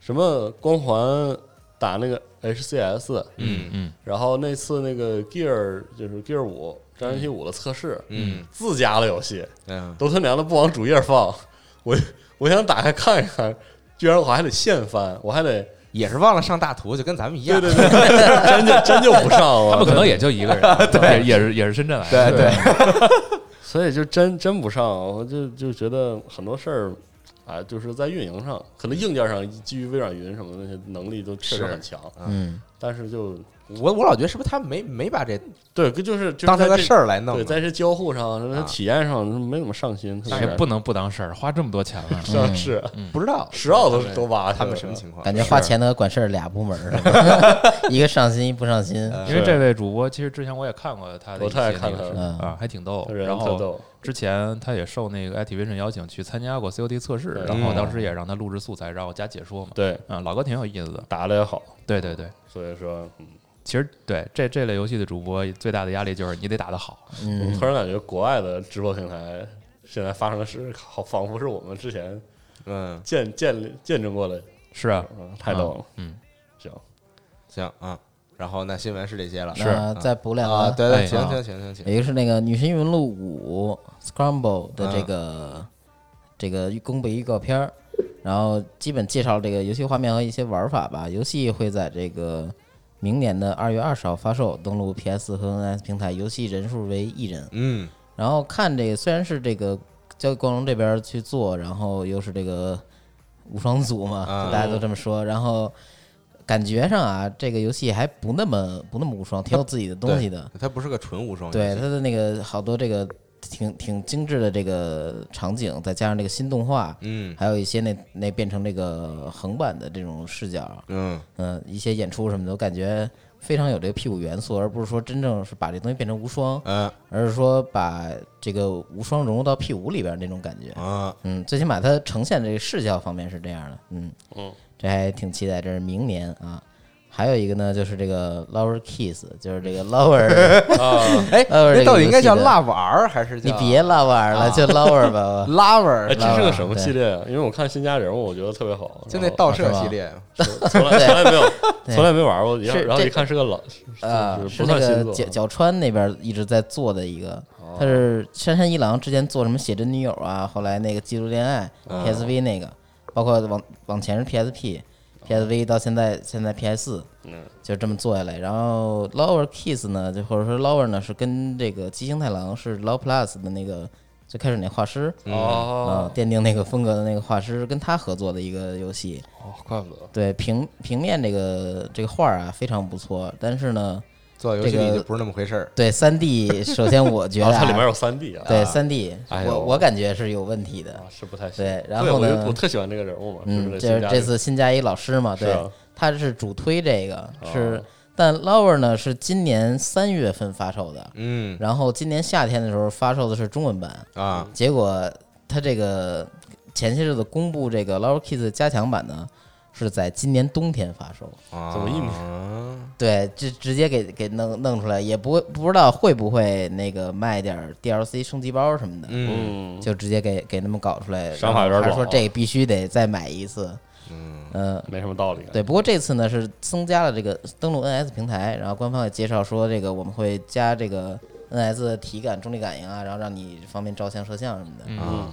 S7: 什么光环打那个 HCS，
S5: 嗯嗯
S7: 然后那次那个 Gear 就是 Gear 五战争机五的测试，
S3: 嗯
S7: 自家的游戏
S3: 嗯，
S7: 都他娘的不往主页放，我我想打开看一看，居然我还得现翻，我还得
S3: 也是忘了上大图，就跟咱们一样。
S7: 对对对，真就真就不上啊
S5: 他
S7: 了，
S5: 们可能也就一个人，对，也是也是深圳来的，
S3: 对对，
S7: 所以就真真不上，我就就觉得很多事儿。啊，就是在运营上，可能硬件上基于微软云什么的那些能力都确实
S3: 是
S7: 很强，
S6: 嗯，
S7: 但是就
S3: 我我老觉得是不是他没没把这
S7: 对，就是就是
S3: 当成
S7: 在
S3: 个
S7: 这
S3: 事儿来弄
S7: 对，
S3: 呢？
S7: 在这交互上、在
S3: 啊
S7: 体验上没怎么上心，特别
S5: 那也不能不当事儿，花这么多钱了，
S7: *laughs* 是啊是啊，
S3: 不知道
S7: 石奥都都挖去了
S3: 他们什么情况？
S6: 感觉花钱的和管事儿俩部门儿似的，一个上心，一不上心。
S5: 因为这位主播其实之前我也看过他的
S7: 我
S5: 一
S7: 太
S5: 些
S7: 看
S5: 那个
S7: 他
S5: 视
S6: 了
S5: 频啊，还挺逗，
S7: 人
S5: 然
S7: 特
S5: 后
S7: 逗，
S5: 之前他也受那个 Activision 邀请去参加过 COD 测试，
S7: 对
S5: 然后当时也让他录制素材，然后加解说嘛。
S7: 对，
S5: 嗯，老哥挺有意思的。
S7: 打的也好，
S5: 对对对，
S7: 所以说，嗯，
S5: 其实对这这类游戏的主播最大的压力就是你得打得好。
S6: 嗯
S7: 我突然感觉国外的直播平台现在发生的事，好仿佛是我们之前
S3: 嗯，
S7: 见见见证过的，
S5: 是啊，
S7: 嗯太逗了，
S5: 嗯，
S7: 行，
S3: 行啊。然后那新闻是这些了，
S6: 那再补两
S3: 啊，
S6: 个，
S3: 对对，
S5: 哎
S3: 行
S5: 啊
S3: 行行行行，
S6: 一个是那个《女神异闻录五》Scramble 的这个、这个预公布预告片儿，然后基本介绍了这个游戏画面和一些玩法吧。游戏会在这个明年的二月二十号发售，登陆 PS 和 NS 平台，游戏人数为一人。
S3: 嗯
S6: 然后看这个虽然是这个交易光荣这边儿去做，然后又是这个无双组嘛，
S3: 啊
S6: 大家都这么说，然后。感觉上啊，这个游戏还不那么不那么无双，挺有自己的东西的。
S3: 它不是个纯无双游
S6: 对
S3: 戏，
S6: 它的那个好多这个挺挺精致的这个场景，再加上这个新动画，
S3: 嗯
S6: 还有一些那那变成这个横版的这种视角，
S3: 嗯，
S6: 嗯、一些演出什么的，我感觉非常有这个屁股元素，而不是说真正是把这东西变成无双，
S3: 呃
S6: 而是说把这个无双融入到 P 五里边那种感觉。
S3: 啊，
S6: 嗯，最起码它呈现这个视效方面是这样的，嗯
S7: 嗯，
S6: 这还挺期待，这是明年啊。还有一个呢，就是这个 Lower Kiss，就是这
S3: *laughs*
S6: 个 Lower，
S3: 哎，
S6: 呃
S3: 那到底应该叫
S6: 这个游戏的
S3: 辣娃儿还是
S6: 你
S3: 叫。
S6: 别拉玩了，就拉玩吧
S3: 拉娃
S7: 哎，
S3: 儿？
S7: 这是个什么系列啊？因为我看新加人物，我觉得特别好，
S3: 就
S7: 然
S3: 那
S7: 后
S3: 盗射
S6: 哦是吧
S3: 系列，
S7: 从
S6: *laughs*
S7: 来从来没有，
S6: 对
S7: 从来没玩过，然后
S6: 是
S7: 然后
S6: 这
S7: 一看是个老，
S6: 啊
S7: 就，
S6: 是
S7: 不
S6: 那
S7: 算新
S6: 个
S7: 作哦
S6: 角角川那边一直在做的一个，他是杉山一郎之前做什么写真女友啊，后来那个记录恋爱
S7: 啊
S6: PSV 那个，包括往往前是 PSP、PSV 到现在现在 PS
S7: 嗯，
S6: 就这么做下来。然后 Lower Kiss 呢，就或者说 Lower 呢是跟这个姬星太郎是 Low Plus 的那个最开始那画师啊
S7: 哦，
S6: 奠定那个风格的那个画师跟他合作的一个游戏，
S7: 哦，怪不得，
S6: 对平平面这个这个画儿啊非常不错，但是呢，
S3: 做游戏
S6: 这
S3: 里
S6: 个
S3: 就不是那么回事儿。
S6: 对三 D，首先我觉
S7: 然后 *laughs*
S6: 得、啊
S7: 它里面有三 D 啊，
S6: 对三 D，、
S7: 哎呦
S6: 我我感觉是有问题的
S7: 啊。是不太行，
S6: 对，然
S7: 对
S6: 后
S7: 我就我
S6: 呢，
S7: 特喜欢这个人物嘛，就是
S6: 嗯，
S7: 那
S6: 这
S7: 新加
S6: 这
S7: 人
S6: 次新加一老师嘛，
S7: 是
S6: 对，
S7: 啊
S6: 他是主推这个是，
S7: 哦
S6: 但 Lower 呢是今年三月份发售的，
S3: 嗯
S6: 然后今年夏天的时候发售的是中文版，
S3: 啊，
S6: 结果他这个前些日子公布这个 Lower Kids 加强版呢。是在今年冬天发售，
S3: 怎
S1: 啊
S7: 怎么硬
S6: 对，直直接给给弄弄出来，也不不知道会不会那个卖点儿 DLC 升级包什么的，
S3: 嗯，
S1: 哦
S7: 嗯，
S6: 就直接给给他们搞出来，
S7: 想法有点
S6: 然后还
S7: 广
S6: 说
S7: 啊
S6: 这必须得再买一次，嗯
S7: 没什么道理。啊
S6: 对。不过这次呢是增加了这个登录 NS 平台，然后官方也介绍说这个我们会加这个 NS 的体感重力感应啊，然后让你方便照相摄像什么的，
S5: 嗯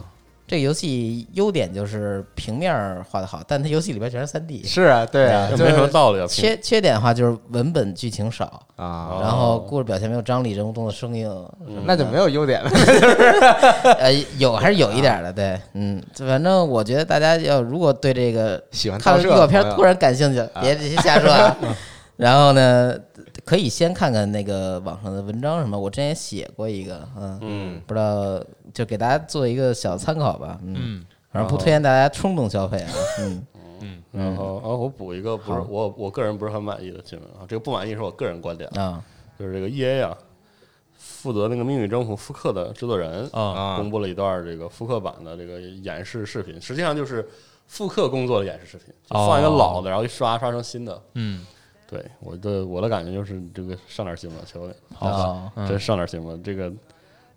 S6: 这个游戏优点就是平面儿画的好，但它游戏里边全是三 D。
S3: 是啊，对啊，
S7: 这
S3: 就
S7: 没什么
S3: 是
S7: 道理啊。哦
S6: 缺缺点的话就是文本剧情少，
S1: 哦
S3: 啊，
S6: 然后故事表现没有张力，人物动作生硬，
S7: *laughs*
S3: 那就没有优
S1: *laughs*
S3: 点了。
S6: 呃，有还是有一点儿的，对，嗯，反正我觉得大家要如果对这个
S3: 喜欢
S6: 看
S3: 盗
S6: 了预
S3: 摄
S6: 告片
S3: 朋友
S6: 突然感兴趣，别这些瞎说
S7: *laughs*
S6: 啊。然后呢，可以先看看那个网上的文章什么，我之前也写过一个，嗯，
S7: 嗯，
S6: 不知道就给大家做一个小参考吧，嗯，
S5: 嗯，
S6: 反正不推荐大家冲动消费啊，嗯，
S7: 然后
S5: 嗯
S7: 啊，我补一个不是我我个人不是很满意的新闻啊，这个不满意是我个人观点啊，
S6: 啊，
S7: 就是这个 E A 啊，负责那个《命运征服》复刻的制作人
S5: 啊
S7: 公布了一段这个复刻版的这个演示视频，实际上就是复刻工作的演示视频，就
S5: 哦
S7: 放一个老的，然后一刷刷成新的。
S5: 嗯，
S7: 对我的我的感觉就是这个上点心吧，求你，
S5: 好吧，
S6: 吧，
S5: 嗯
S7: 真上点心吧，这个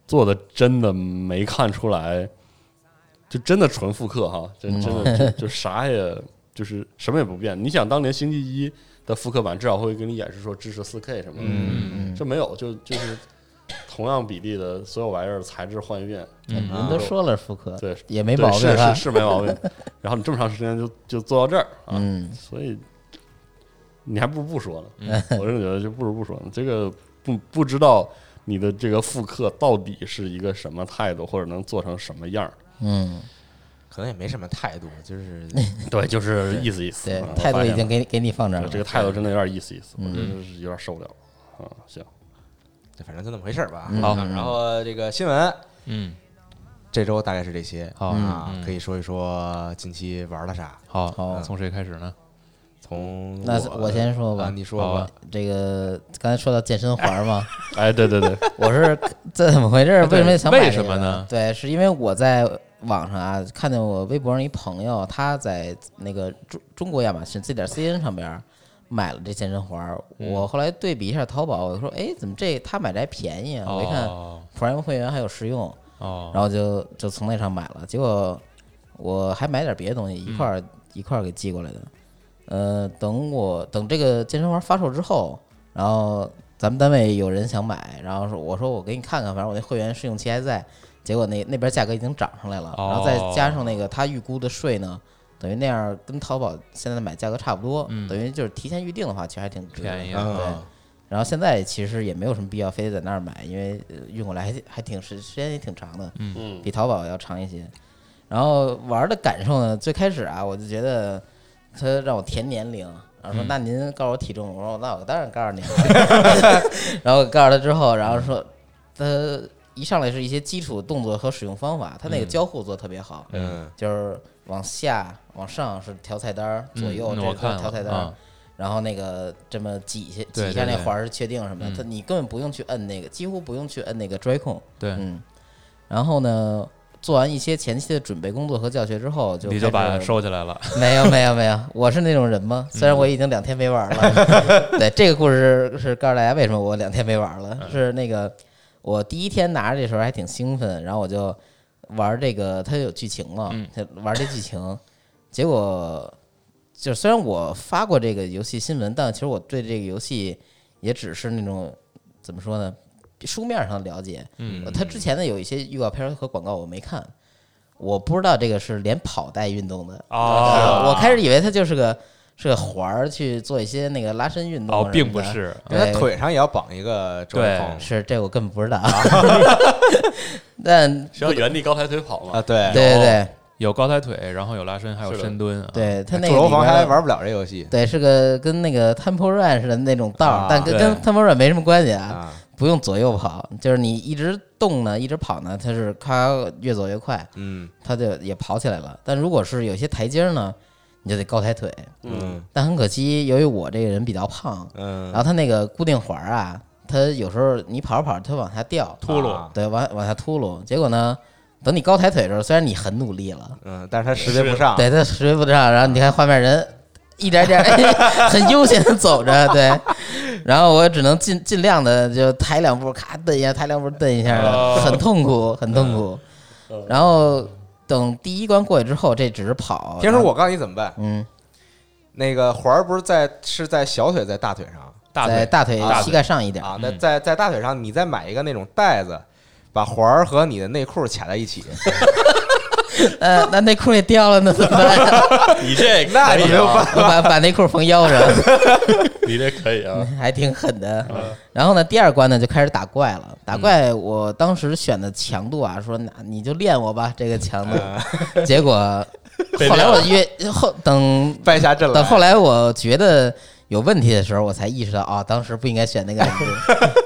S7: 做的真的没看出来，就真的纯复刻哈，
S6: 嗯
S7: 真真的就就啥也就是什么也不变。你想当年《星际一》的复刻版至少会给你演示说支持四 K 什么的，
S5: 嗯
S7: 这没有，就就是同样比例的所有玩意儿材质换一遍，
S5: 嗯
S6: 人都说了复刻，
S7: 啊对，
S6: 也没毛病
S7: 对
S6: 哈
S7: 是是是没毛病。然后你这么长时间就就做到这儿啊，
S6: 嗯
S7: 所以你还不如不说呢。 *laughs* 我是觉得就不如不说呢，这个不不知道你的这个复刻到底是一个什么态度，或者能做成什么样儿。
S6: 嗯，
S1: 可能也没什么态度，就是
S3: 哎
S7: 对，就是意思意思。
S6: 对
S7: 啊，
S6: 态度已。
S7: 我
S6: 经
S7: 发现了
S6: 给给你放这儿
S7: 对
S6: 了，
S7: 这个态度真的有点意思意思，我
S6: 嗯
S7: 觉得是有点受不了啊。行，
S1: 反正就那么回事儿吧。
S3: 嗯
S6: 好
S1: 啊然后这个新闻
S5: 嗯，
S1: 这周大概是这些
S5: 好
S1: 啊
S5: 嗯，
S1: 可以说一说近期玩了啥。
S5: 好，
S6: 好
S5: 从谁开始呢？
S1: 从
S6: 那我先说吧
S1: 啊你说
S5: 好
S1: 吧
S5: 啊。
S6: 这个刚才说到健身环嘛，
S7: 哎，对对对，
S6: *laughs* 我是这怎么回事？为什么想买、这个？
S5: 为什么呢？
S6: 对，是因为我在网上啊看见我微博上一朋友，他在那个中中国亚马逊字点 CN 上边儿买了这健身环儿。我后来对比一下淘宝，我说哎，怎么这他买这还便宜啊？我一看
S5: 哦
S6: Prime 会员还有试用，
S5: 哦，
S6: 然后就就从那上买了。结果我还买点别的东西一块儿、
S5: 嗯
S6: 一块儿给寄过来的。呃，等我等这个健身环发售之后，然后咱们单位有人想买，然后说我说我给你看看，反正我那会员试用期还在。结果那那边价格已经涨上来了，然后再加上
S5: 哦
S6: 那个他预估的税呢，等于那样跟淘宝现在买价格差不多，
S5: 嗯
S6: 等于就是提前预定的话，其实还挺值得的
S5: 便宜
S3: 嗯
S5: 嗯
S1: 啊
S6: 对，然后现在其实也没有什么必要非得在那儿买，因为呃运过来还还挺时时间也挺长的，
S7: 嗯
S6: 比淘宝要长一些。然后玩的感受呢，最开始啊，我就觉得他让我填年龄，然
S5: 嗯
S6: 后说、那您告诉我体重，我说那我当然告诉你了。 *laughs* 然后告诉他之后，然后说他一上来是一些基础动作和使用方法，他
S5: 嗯
S6: 那个交互做得特别好，
S5: 哎
S1: 嗯，
S6: 就是往下往上是调菜单儿，左右
S5: 嗯
S6: 这
S5: 那我
S6: 个
S5: 看
S6: 都是调菜单儿
S5: 了，。嗯
S6: 然后那个这么挤一下
S5: 对
S6: 挤一下
S5: 对
S6: 那
S5: 对
S6: 环儿是确定什么的，
S5: 嗯
S6: 它你根本不用去摁那个，几乎不用去摁那个 Joy 控。
S5: 对，
S6: 嗯，然后呢，做完一些前期的准备工作和教学之后，就
S5: 你就把
S6: 开始
S5: 收起来了。
S6: *laughs* 没有没有没有，我是那种人吗？虽然我已经两天没玩了，对这个故事是告诉大家为什么我两天没玩了，是那个我第一天拿着这时候还挺兴奋，然后我就玩这个，它有剧情嘛，就玩这剧情，结果就虽然我发过这个游戏新闻，但其实我对这个游戏也只是那种怎么说呢，书面上的了解，
S5: 嗯
S6: 呃它之前的有一些预告片儿和广告我没看。我不知道这个是连跑带运动的
S5: 哦
S6: 呃我开始以为它就是个是个环儿去做一些那个拉伸运动啊什
S5: 哦
S6: 么，的，
S5: 并不是，
S1: 因为
S6: 对
S1: 他腿上也要绑一个周
S5: 对
S1: 鹏
S6: 是这我根本不知道，
S5: 啊
S6: *laughs* 但
S7: 只要原地高抬腿跑嘛
S1: 啊，，对
S6: 对，对对
S5: 有高抬腿，然后有拉伸，还有
S7: 是的
S5: 深蹲啊。
S6: 对，它那
S1: 住
S6: 个
S1: 楼
S6: 里边
S1: 房还
S6: 儿
S1: 玩不了这游戏
S6: 对是个跟那个 Temple Run 似的那种道儿
S1: 啊，
S6: 但跟
S5: 对
S6: 跟 Temple Run 没什么关系啊，
S1: 啊，
S6: 不用左右跑，就是你一直动呢，一直跑呢，它是咔越走越快，
S1: 嗯
S6: 它就也跑起来了。但如果是有些台阶儿呢，你就得高抬腿，
S1: 嗯
S6: 但很可惜，由于我这个人比较胖，然
S1: 嗯，
S6: 后它那个固定环儿啊，它有时候你跑着跑着它往下掉，
S1: 秃噜
S6: 对，往往下秃噜。结果呢，等你高抬腿的时候，虽然你很努力了，
S1: 嗯，但是他识别不上，
S6: 对，它识别不上，然后你看画面人一点
S1: *laughs*
S6: 点、哎、很悠闲的走着，对，然后我只能尽尽量的就抬两步，咔蹬一下，抬两步蹬一下
S5: 哦
S6: 的，很
S1: 嗯
S6: 痛苦，很痛苦。然后等第一关过去之后，这只是跑。
S1: 天叔，我告诉你怎么办，
S6: 嗯，
S1: 那个环儿不是在是在小腿在大腿上
S5: 大
S6: 在
S5: 腿
S6: 大腿
S1: 啊
S6: 膝盖上一点，
S1: 啊，那
S5: 嗯
S1: 在在大腿上，你再买一个那种带子，把环儿和你的内裤卡在一起，
S6: 呃，那内裤也掉了， *laughs* 那怎么办呀？
S7: *laughs* 你
S1: *laughs*
S7: 这
S3: 那
S7: 可以
S3: 你没有
S7: 啊，
S6: 把把内裤缝腰上，
S7: 你这可以啊，
S6: 还挺狠的。
S7: 嗯
S6: *laughs* 然后呢，第二关呢就开始打怪了。打怪，我当时选的强度啊，说那你就练我吧，这个强度。结果
S7: 嗯 *laughs* 被
S6: 后来
S7: 练
S6: 我
S7: 了
S6: 越后等
S1: 败下阵来。
S6: 等后来我觉得有问题的时候，我才意识到啊、当时不应该选那个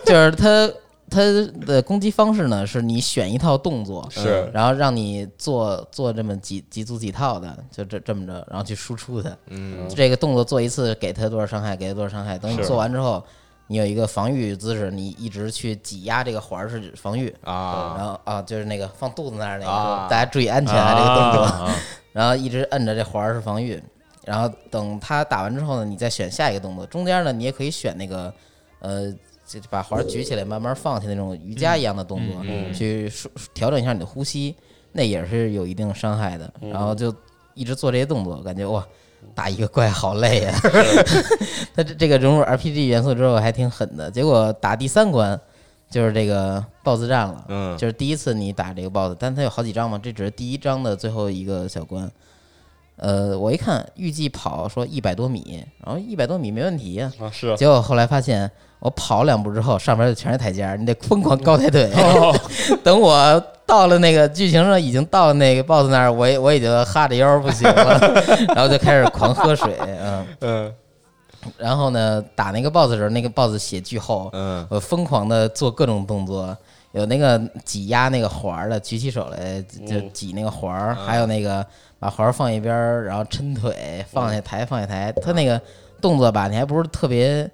S6: 就是他他的攻击方式呢，是你选一套动作，
S7: 是
S6: 然后让你做做这么几几组几套的，就这这么着，然后去输出它。
S3: 嗯，
S6: 这个动作做一次给他多少伤害，给他多少伤害。等你
S7: 是
S6: 做完之后，你有一个防御姿势，你一直去挤压这个环儿是防御。
S1: 啊，
S6: 然后啊，就是那个放肚子那儿那个，
S1: 啊
S6: 大家注意安全啊，这个动作。然后一直摁着这环儿是防御，然后等他打完之后呢，你再选下一个动作。中间呢，你也可以选那个，呃，就把环儿举起来慢慢放下那种瑜伽一样的动作，
S5: 嗯嗯
S6: 去舒调整一下你的呼吸，那也是有一定伤害的。
S5: 嗯
S6: 然后就一直做这些动作，感觉哇，打一个怪好累
S5: *laughs*
S6: *laughs* 呀、那这这个融入 RPG 元素之后还挺狠的，结果打第三关就是这个 BOSS 战
S7: 啊
S6: 了，
S3: 嗯
S6: 就是第一次你打这个 BOSS，但它有好几章嘛，这只是第一章的最后一个小关。呃，我一看预计跑说一百多米，然后一百多米没问题呀、
S7: 啊，是 *laughs* 啊
S6: 结果后来发现我跑两步之后，上面就全是台阶儿，你得疯狂高抬腿。 *laughs* 等我到了那个剧情上，已经到了那个 BOSS 那儿，我也我已经哈着腰儿不行了， *laughs* 然后就开始狂喝水，嗯。
S3: 嗯
S6: 然后呢，打那个 BOSS 的时候，那个 BOSS 血巨厚，
S3: 嗯
S6: 我疯狂的做各种动作，有那个挤压那个环儿的，举起手来就
S7: 嗯
S6: 挤那个环儿，还有那个把环儿放一边儿，然后抻
S7: 嗯
S6: 腿放下抬放下抬，他那个动作吧，你还不是特别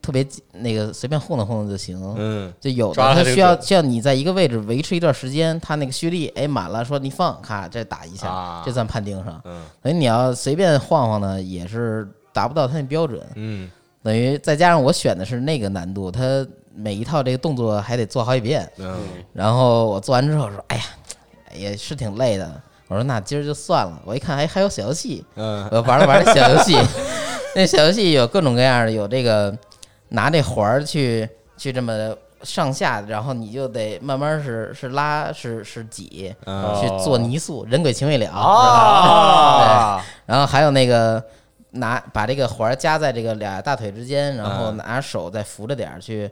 S6: 特别那个随便糊弄糊弄就行。
S3: 嗯
S6: 就有的
S7: 抓他
S6: 他
S7: 这个
S6: 需要
S7: 点
S6: 需要你在一个位置维持一段时间，他那个蓄力哎满了，说你放，咔这打一
S1: 啊
S6: 下，这算判定上。
S3: 嗯
S6: 所以你要随便晃晃呢，也是达不到他那标准。
S3: 嗯
S6: 等于再加上我选的是那个难度，他每一套这个动作还得做好几遍。
S3: 嗯
S6: 然后我做完之后说：“哎呀，也是挺累的。”我说：“那今儿就算了。”我一看，哎，还有小游戏，
S3: 嗯
S6: 我玩了玩那小游戏。 *laughs* 那小游戏有各种各样的，有这个拿这环儿去去这么上下，然后你就得慢慢是是拉是是挤，
S3: 嗯
S6: 去做泥塑，人鬼情未了
S3: 哦
S1: 啊，
S6: 然后还有那个拿把这个环儿夹在这个俩大腿之间，然
S5: 啊
S6: 后
S3: 嗯
S6: 拿手再扶着点儿去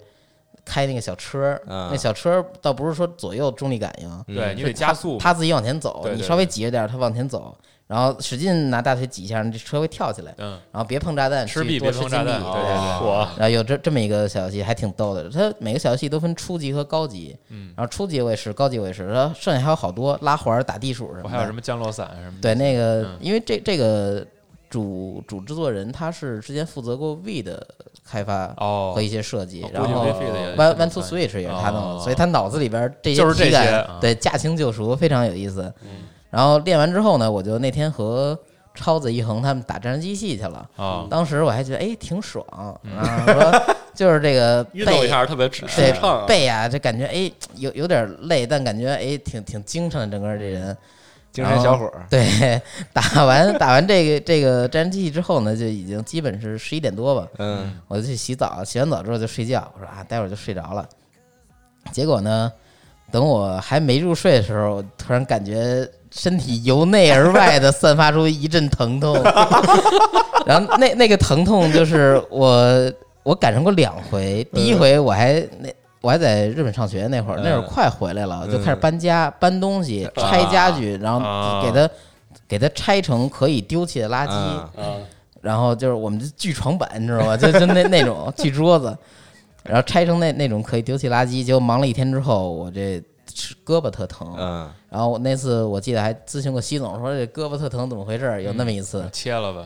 S6: 开那个小车儿。
S5: 啊
S3: 嗯
S6: 那小车儿倒不是说左右重力感应，
S5: 对你
S6: 嗯是
S5: 得加速嘛，
S6: 它自己往前走，
S5: 对对
S6: 你稍微挤着点儿，它往前走。然后使劲拿大腿挤一下，这车会跳起来。
S5: 嗯，
S6: 然后别碰炸弹，
S5: 吃
S6: 去
S5: 币
S6: 多
S5: 别
S6: 吃
S5: 碰炸
S6: 金
S5: 弹，
S6: 币
S5: 对对对，
S7: 我
S6: 然后有这这么一个小游戏，还挺逗的。它每个小游戏都分初级和高级，
S5: 嗯，
S6: 然后初级我也是，高级我也是，然后剩下还有好多拉环儿、打地鼠什么的。
S5: 我还有什么降落伞什么的，
S6: 对，那个、
S5: 嗯
S6: 因为这这个主主制作人他是之前负责过 V 的开发
S5: 哦
S6: 和，一些设计，
S5: 我
S6: 然
S5: 估计
S6: 后
S5: WiFi 的也
S6: One One Two Switch 也是他弄
S5: 哦
S6: 的，所以他脑子里边这些
S5: 就是这
S6: 体感
S5: 些嗯啊
S6: 对驾轻就熟，非常有意思。然后练完之后呢，我就那天和超子一恒他们打战机器去了，
S5: 啊，
S6: 当时我还觉得哎挺爽
S5: 嗯
S6: 啊，说就是
S5: *laughs*
S6: 这个
S7: 运动
S6: 背
S7: 一下特别舒
S6: 对
S7: 畅啊，
S6: 背啊，这感觉哎有有点累，但感觉哎挺挺精神的，整个这人。
S1: 精神小伙儿，
S6: 对， *laughs* 打完打完这个这个战争机器之后呢，就已经基本是十一点多吧，
S3: 嗯
S6: 我就去洗澡，洗完澡之后就睡觉，我说啊，待会儿就睡着了。结果呢，等我还没入睡的时候，我突然感觉身体由内而外的散发出一阵疼痛， *laughs* 然后那那个疼痛就是我我赶上过两回，第一回我还那。我还在日本上学那会儿，那会儿
S3: 嗯
S6: 快回来了，就
S3: 嗯
S6: 开始搬家、搬东西、拆家具，然后
S5: 啊
S6: 给它给它拆成可以丢弃的
S1: 嗯
S6: 哎垃圾，
S3: 啊
S7: 啊，
S6: 然后就是我们就锯床板，你知道吗？就就那那种锯桌子，然后拆成那那种可以丢弃垃圾。结果忙了一天之后，我这胳膊特疼。
S3: 嗯
S6: 然后我那次我记得还咨询过西总，说这胳膊特疼怎么回事儿？有那么一次，
S5: 切了吧，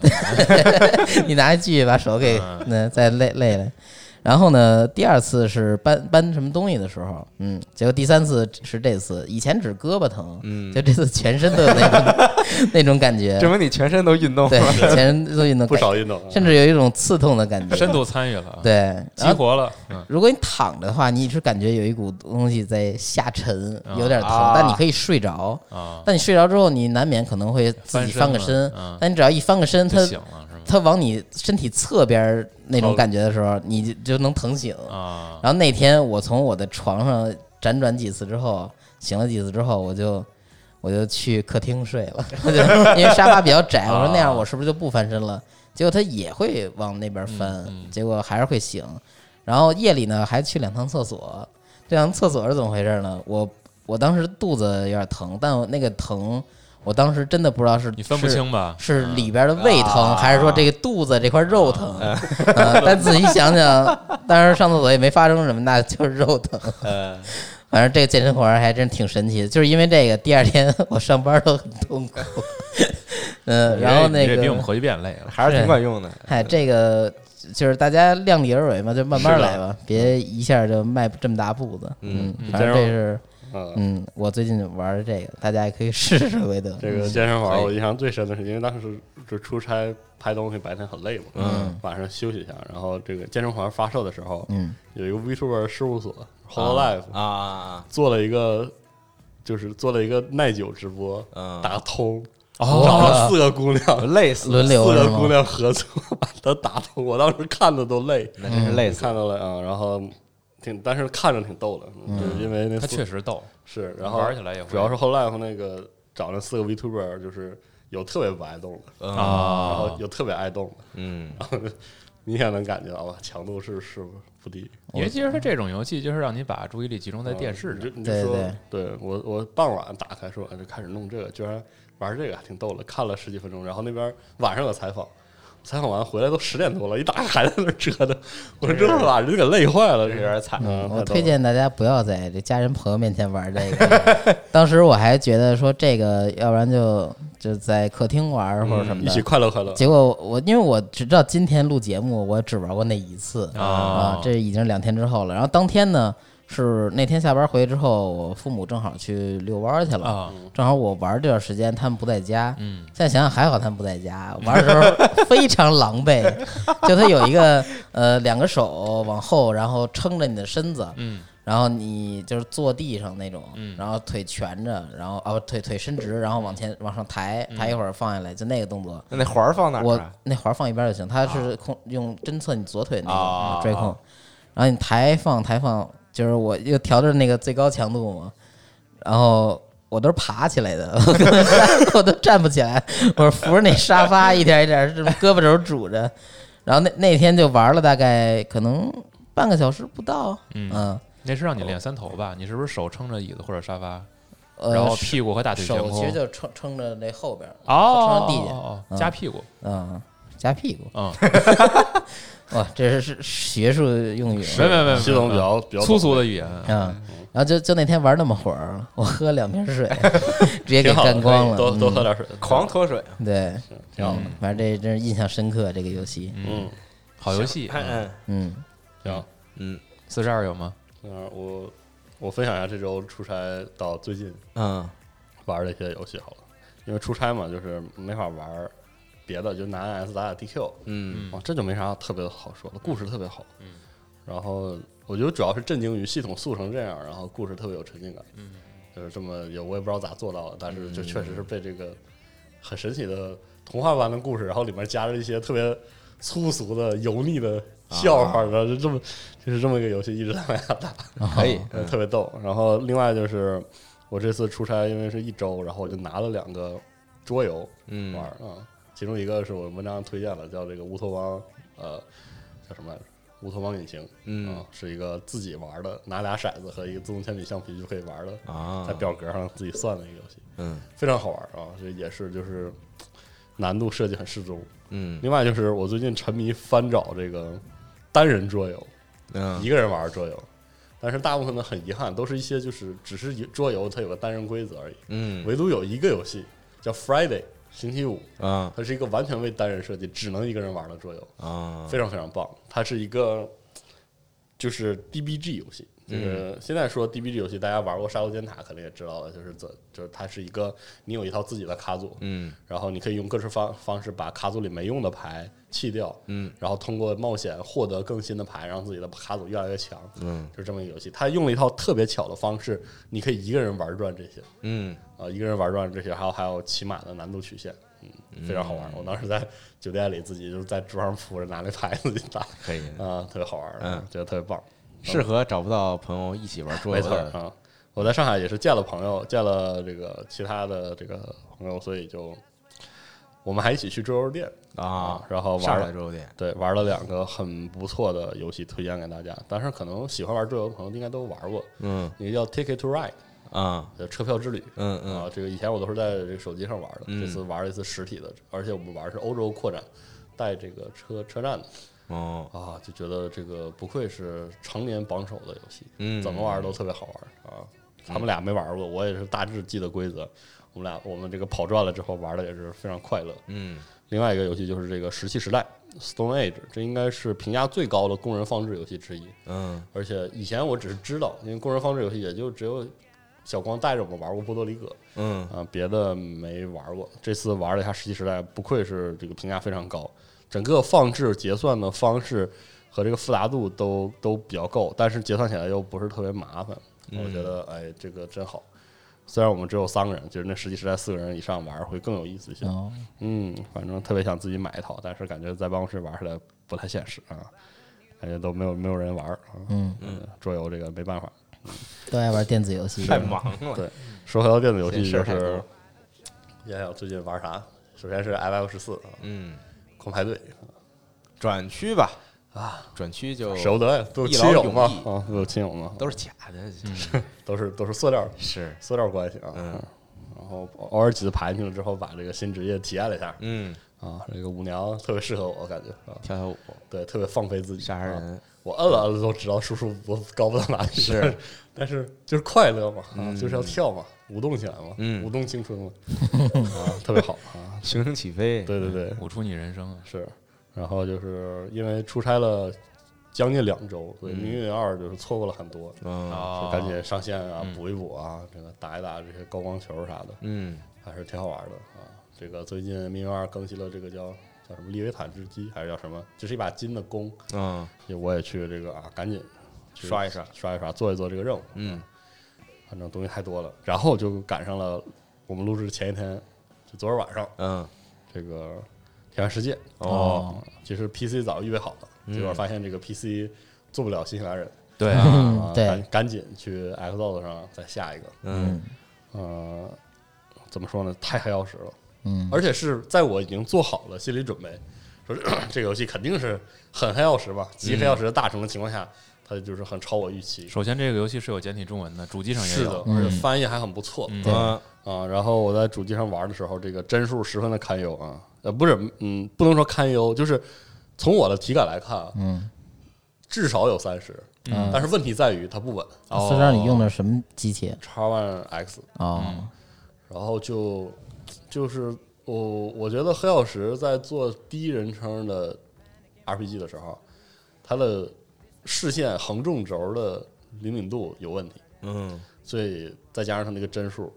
S6: *laughs* 你拿一锯把手给
S5: 嗯
S6: 那再累累累。然后呢，第二次是搬搬什么东西的时候，嗯，结果第三次是这次，以前只胳膊疼，
S3: 嗯
S6: 就这次全身都有那种那种感觉，
S1: 证明你全身都运动 *laughs*
S6: 对
S1: 了。，
S6: 全身都有那种
S7: 不
S6: 感觉，
S7: 少运动啊，
S6: 甚至有一种刺痛的感觉，
S5: 深度参与了啊，
S6: 对，
S5: 激
S6: 然后
S5: 活了，嗯，
S6: 如果你躺着的话，你是感觉有一股东西在下沉，
S5: 啊
S6: 有点疼，
S1: 啊
S6: 但你可以睡着。
S5: 啊，
S6: 但你睡着之后，你难免可能会自己翻个
S5: 翻
S6: 身
S5: 身嘛嗯，
S6: 但你只要一翻个身，
S5: 就
S6: 它
S5: 醒了是
S6: 它往你身体侧边那
S7: 哦
S6: 种感觉的时候，你就就能疼醒。
S5: 吗？啊，
S6: 然后那天我从我的床上辗转几次之后，醒了几次之后，我就。我就去客厅睡了， *laughs* 对因为沙发比较窄，我说那样我是不是就不翻身了？结果他也会往那边翻，
S5: 嗯
S6: 结果还是会醒。然后夜里呢还去两趟厕所，这两趟厕所是怎么回事呢？我我当时肚子有点疼，但我那个疼，我当时真的不知道是
S5: 你分不
S6: 是
S5: 清吧？
S6: 是里边的胃疼，还是说这个肚子这块肉疼？ *laughs* 呃，但仔细想想，当时上厕所也没发生什么，那就是肉疼。
S3: 呃，
S6: 反正这个健身环还真挺神奇的，就是因为这个，第二天我上班都很痛苦。 *laughs* 嗯，然后那
S5: 你这比我们
S6: 个，
S5: 核聚变累了。
S3: 还是挺管用的。
S6: 哎，这个就是大家量力而为嘛，就慢慢来吧，别一下就迈这么大步子。
S3: 嗯
S6: 嗯，反正这是
S7: 嗯，
S6: 嗯，我最近玩这个，大家也可以试试回头。
S7: 这个健身
S3: 可
S7: 房
S3: 以
S7: 我印象最深的是，因为当时就出差拍东西，白天很累嘛，嗯，晚上休息一下，然后这个健身房发售的时候，
S6: 嗯，
S7: 有一个 Vtuber 事务所 Hololive
S3: 啊，
S7: 做了一个，就是做了一个耐久直播，
S3: 嗯
S7: 打通，找了四个姑娘，
S3: 累死了，
S6: 轮流
S7: 四
S6: 是
S7: 个
S6: 吗
S7: 姑娘合作把它打通，我当时看的都累，
S3: 那真是累死了。
S7: 看到了啊，然后挺，但是看着挺逗的，就是因为那
S5: 他
S7: 四
S5: 确实逗，
S7: 是，然后
S5: 玩起来也会
S7: 主要是 Hololive 那个找那四个 Vtuber 就是。有特别不爱动的，
S3: 嗯
S6: 哦
S5: 啊
S7: 然后有特别爱动的，
S3: 嗯，
S7: 明显能感觉到哇，强度是是不低。
S5: 因为其实它这种游戏就是让你把注意力集中在电视上
S7: 你就，你就
S6: 对
S7: 说
S6: 对，
S7: 对我我傍晚打开说，哎就开始弄这个，居然玩这个还挺逗了，看了十几分钟，然后那边晚上有采访。采访完回来都十点多了，一打开还在那儿折腾，我说这把人给累坏了，这有点惨。嗯
S6: 我推，荐大家不要在这家人朋友面前玩这个。 *laughs* 当时我还觉得说这个，要不然就就在客厅玩儿或者什么
S7: 嗯一起
S6: 的。
S7: 快乐快乐。
S6: 结果我因为我只知道今天录节目，我只玩过那一次
S5: 哦
S6: 啊，这已经两天之后了。然后当天呢是那天下班回去之后，我父母正好去遛弯儿去
S7: 哦
S6: 了，
S5: 啊，
S6: 正好我玩儿这段时间他们不在家，
S5: 嗯，
S6: 现在想想还好他们不在家，玩的时候非常狼狈。
S5: *laughs*
S6: 就他有一个呃两个手往后，然后撑着你的身子，
S5: 嗯，
S6: 然后你就是坐地上那种，
S5: 嗯
S6: 然后腿蜷着，然后哦腿腿伸直，然后往前往上抬，
S5: 嗯
S6: 抬一会儿放下来，就那个动作。
S3: 那那环儿放哪儿
S6: 我
S3: 啊？
S6: 那环儿放一边儿就行，它是控用侦测你左腿那
S3: 啊
S6: 个嗯追控，然后你抬放抬放，就是我又调的那个最高强度嘛，然后我都是爬起来的， *laughs* 我都站我都站不起来，我扶着那沙发一点一点这么胳膊肘拄着，然后那那天就玩了大概可能半个小时不到，
S5: 嗯
S6: 嗯
S5: 那是让你练三头吧？你是不是手撑着椅子或者沙发，
S6: 呃，
S5: 然后屁股和大腿悬
S6: 手
S5: 空？
S6: 其实就撑撑着那后边儿，
S5: 哦，
S6: 撑着地下，
S5: 哦哦
S6: 嗯
S5: 夹屁股，
S6: 嗯，夹屁股，
S7: *laughs*
S5: 嗯，
S6: 哇，这是是学术用语，
S5: 没没没没，
S7: 系统比较比较
S5: 粗俗
S7: 的，
S5: 的语言，
S6: 啊，然后就就那天玩那么会儿，我喝两瓶
S7: *laughs*
S6: 水，直接给
S7: 挺好的，
S6: 干光了。
S7: 可以多多
S6: 嗯
S7: 喝点水，
S3: 狂脱水，
S6: 对，
S7: 挺好的。
S6: 嗯反正这真是印象深刻这个游戏。
S7: 嗯，
S5: 好游戏。
S3: 嗯
S6: 嗯，
S7: 行，
S3: 嗯
S5: 四十二有吗？
S7: 那我我分享一下这周出差到最近
S3: 嗯
S7: 玩的一些游戏好了，因为出差嘛，就是没法玩别的，就拿 S 打打 DQ，
S3: 嗯
S7: 啊，这就没啥特别好说了，故事特别好，嗯，然后我觉得主要是震惊于系统塑成这样，然后故事特别有沉浸感，嗯，就是这么也我也不知道咋做到的，但是就确实是被这个很神奇的童话般的故事，然后里面加着一些特别粗俗的油腻的笑话，然后就这么就是这么一个游戏一直在往下打，
S3: 可以，
S7: 呃特别逗。然后另外就是我这次出差，因为是一周，然后我就拿了两个桌游，
S3: 嗯
S7: 玩儿啊。其中一个是我文章推荐了，叫这个乌托邦，呃，叫什么来着？乌托邦引擎，
S3: 嗯
S7: 啊是一个自己玩儿的，拿俩骰子和一个自动铅笔橡皮就可以玩儿的，
S3: 啊
S7: 在，表格上自己算的一个游戏，
S3: 嗯
S7: 非常好玩儿啊！这也是就是难度设计很适中。
S3: 嗯
S7: 另外就是我最近沉迷翻找这个单人桌游，
S3: 嗯
S7: 一个人玩儿桌游，但是大部分呢很遗憾，都是一些就是只是一桌游它有个单人规则而已，
S3: 嗯
S7: 唯独有一个游戏叫 Friday 星期五，
S3: 啊
S7: 它是一个完全为单人设计，只能一个人玩的桌游，
S3: 啊
S7: 非常非常棒。它是一个就是 DBG 游戏，
S3: 嗯
S7: 就是现在说 DBG 游戏，大家玩过《杀戮尖塔》肯定也知道了，就是怎就是它是一个你有一套自己的卡组，
S3: 嗯
S7: 然后你可以用各式方方式把卡组里没用的牌弃掉，
S3: 嗯，
S7: 然后通过冒险获得更新的牌，让自己的卡组越来越强，
S3: 嗯
S7: 就是这么一个游戏。它用了一套特别巧的方式，你可以一个人玩转这些，
S3: 嗯
S7: 啊，一个人玩转这些，还有还有骑马的难度曲线，嗯，非常好玩。我当时在酒店里自己就在桌上铺着拿那牌自己打，
S3: 可以，
S7: 啊，特别好玩，
S3: 嗯，
S7: 觉得特别棒，
S3: 适合找不到朋友一起玩桌
S7: 没
S3: 游
S7: 错儿
S3: 的
S7: 啊。我在上海也是见了朋友，见了这个其他的这个朋友，所以就我们还一起去桌游店
S3: 啊，
S7: 然后玩
S3: 上海
S7: 了
S3: 桌游店
S7: 对玩了两个很不错的游戏，推荐给大家。但是可能喜欢玩桌游的朋友应该都玩过，
S3: 嗯
S7: 一个叫 Ticket to Ride，
S3: 啊
S7: 呃，车票之旅。
S3: 嗯
S7: 啊
S3: 嗯，
S7: 这个以前我都是在这个手机上玩的，
S3: 嗯
S7: 这次玩了一次实体的，而且我们玩的是欧洲扩展，带这个车车站的
S3: 哦
S7: 啊，就觉得这个不愧是常年榜首的游戏，
S3: 嗯，
S7: 怎么玩都特别好玩啊。他们俩没玩过，我也是大致记得规则。我们俩我们这个跑转了之后玩的也是非常快乐。
S3: 嗯
S7: 另外一个游戏就是这个《石器时代》（Stone Age），这应该是评价最高的工人放置游戏之一。
S3: 嗯
S7: 而且以前我只是知道，因为工人放置游戏也就只有小光带着我们玩过波多黎各
S3: 嗯
S7: 啊，别的没玩过。这次玩了一下《石器时代》，不愧是这个评价非常高，整个放置结算的方式和这个复杂度都都比较够，但是结算起来又不是特别麻烦。我觉得
S6: 嗯
S7: 哎，这个真好。虽然我们只有三个人，就是那《石器时代》四个人以上玩会更有意思一些。
S6: 哦，
S7: 嗯，反正特别想自己买一套，但是感觉在办公室玩起来不太现实啊，感觉都没有没有人玩儿啊。
S6: 嗯，
S7: 嗯，桌游这个没办法。
S6: 都爱玩电子游戏，
S1: 太忙了。
S7: 说回到电子游戏，
S1: 事
S7: 就
S1: 儿太多
S7: 是
S1: 了
S7: 想想最近玩啥？首先是 F F 十四，
S3: 嗯，哦
S7: 狂排队，
S3: 转区吧啊，转区就
S7: 舍不得呀，都有
S3: 一
S7: 亲
S3: 劳
S7: 友
S3: 永
S7: 嘛
S3: 逸，
S7: 啊，都有亲友嘛，
S3: 都是假的，
S7: 都是都是塑料
S3: 是
S7: 塑料关系啊。
S3: 嗯
S7: 然后偶尔几次爬进去了之后，把这个新职业体验了一下
S3: 嗯，
S7: 啊，这个舞娘特别适合我，感觉啊，
S3: 跳跳舞、
S7: 对，特别放飞自己，
S3: 杀杀
S7: 啊
S3: 人，
S7: 我摁了摁了都知道叔叔我高不到哪里去，
S3: 是
S7: 但是但是就是快乐嘛，啊，就是要跳嘛，舞动起来嘛，
S3: 嗯
S7: 舞动青春
S3: *laughs*
S7: 嘛，啊，特别好啊，
S3: 行星起飞，
S7: 对对对，
S5: 舞出你人生啊！
S7: 是，然后就是因为出差了将近两周，所以《命运二》就是错过了很多，
S3: 嗯
S5: 啊
S7: 就赶紧上线啊
S5: 嗯，
S7: 补一补啊，这个打一打这些高光球啥的，
S3: 嗯
S7: 还是挺好玩的啊。这个最近《命运二》更新了这个叫叫什么利维坦之击，还是叫什么，就是一把金的弓，
S3: 嗯
S7: 也我也去这个啊，赶紧去
S3: 刷一刷
S7: 刷一刷，做一做这个任务。啊
S3: 嗯，
S7: 反正东西太多了，然后就赶上了我们录制前一天，就昨儿晚上
S3: 嗯
S7: 这个《天外世界》啊
S6: 哦，
S7: 其实 PC 早预备好了，结果
S3: 嗯
S7: 发现这个 PC 做不了新西兰人，
S5: 对啊，
S6: 嗯
S7: 啊，赶
S6: *laughs* 对，
S7: 赶紧去 Xbox 上再下一个。
S3: 嗯，
S7: 呃，怎么说呢？太黑曜石了，
S6: 嗯，
S7: 而且是在我已经做好了心理准备，说咳咳这个游戏肯定是很黑曜石吧，极黑曜石的大成的情况下，它就是很超我预期。
S5: 首先这个游戏是有简体中文的，主机上也
S7: 是的
S5: 有，，
S7: 而且翻译还很不错。
S5: 嗯
S6: 对
S3: 嗯
S7: 啊，然后我在主机上玩的时候，这个帧数十分的堪忧啊，呃，不是，嗯，不能说堪忧，就是从我的体感来看，啊
S6: 嗯，
S7: 至少有三十，
S6: 嗯
S7: 但是问题在于它不稳
S6: 四张你用的什么机器？
S7: x One X，嗯
S6: 哦，
S7: 然后就就是我我觉得黑曜石在做第一人称的 RPG 的时候，它的视线横纵轴的灵敏度有问题，
S3: 嗯
S7: 所以再加上它那个帧数，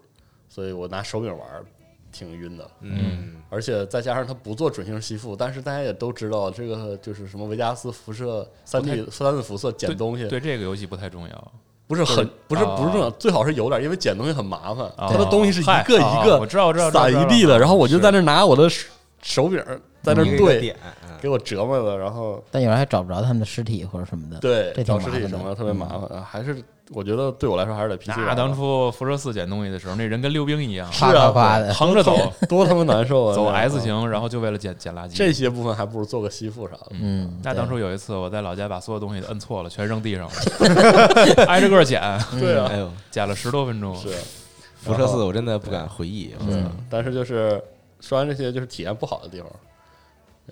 S7: 所以我拿手柄玩儿挺晕的。
S3: 嗯
S7: 而且再加上他不做准星吸附，但是大家也都知道，这个就是什么维加斯辐射三 D 三次辐射捡东西，
S5: 对这个游戏不太重要。
S7: 不是很不是
S5: 啊
S7: 不是重要，最好是有点，因为捡东西很麻烦，
S5: 啊
S7: 他的东西是一
S5: 嗨
S7: 个
S5: 啊
S7: 一
S5: 我
S7: 个
S5: 知道，我知道，我知道
S7: 散一地的，然后我就在那拿我的手手柄在那
S3: 一个一个
S7: 对，
S3: 点，
S5: 嗯
S7: 给我折磨的，然后
S6: 但有人还找不着他们的尸体或者什么的，
S7: 对
S6: 这挺
S7: 找
S6: 麻
S7: 尸
S6: 烦的
S7: 体
S6: 嗯
S7: 什么的特别麻烦，还是我觉得对我来说还是得 PC
S5: 那
S7: 玩
S5: 当初辐射四捡东西的时候，那人跟溜冰一样，
S7: 啊
S6: 夸夸夸的，
S5: 横着
S6: *laughs*
S5: 走，
S7: 多他妈难受啊，
S5: 走
S7: 那个
S5: S 型，然后就为了捡捡垃圾。
S7: 这些部分还不如做个吸附啥的，
S6: 嗯，
S5: 那
S6: 对
S5: 当初有一次，我在老家把所有东西摁错了，全扔地上了，
S7: *laughs*
S5: 挨着个儿捡，
S7: 对啊
S3: 哎，呦，
S5: 捡了十多分钟。
S7: 是。
S3: 辐射四我真的不敢回忆，我操
S6: 嗯
S7: 但是就是说完这些，就是体验不好的地方。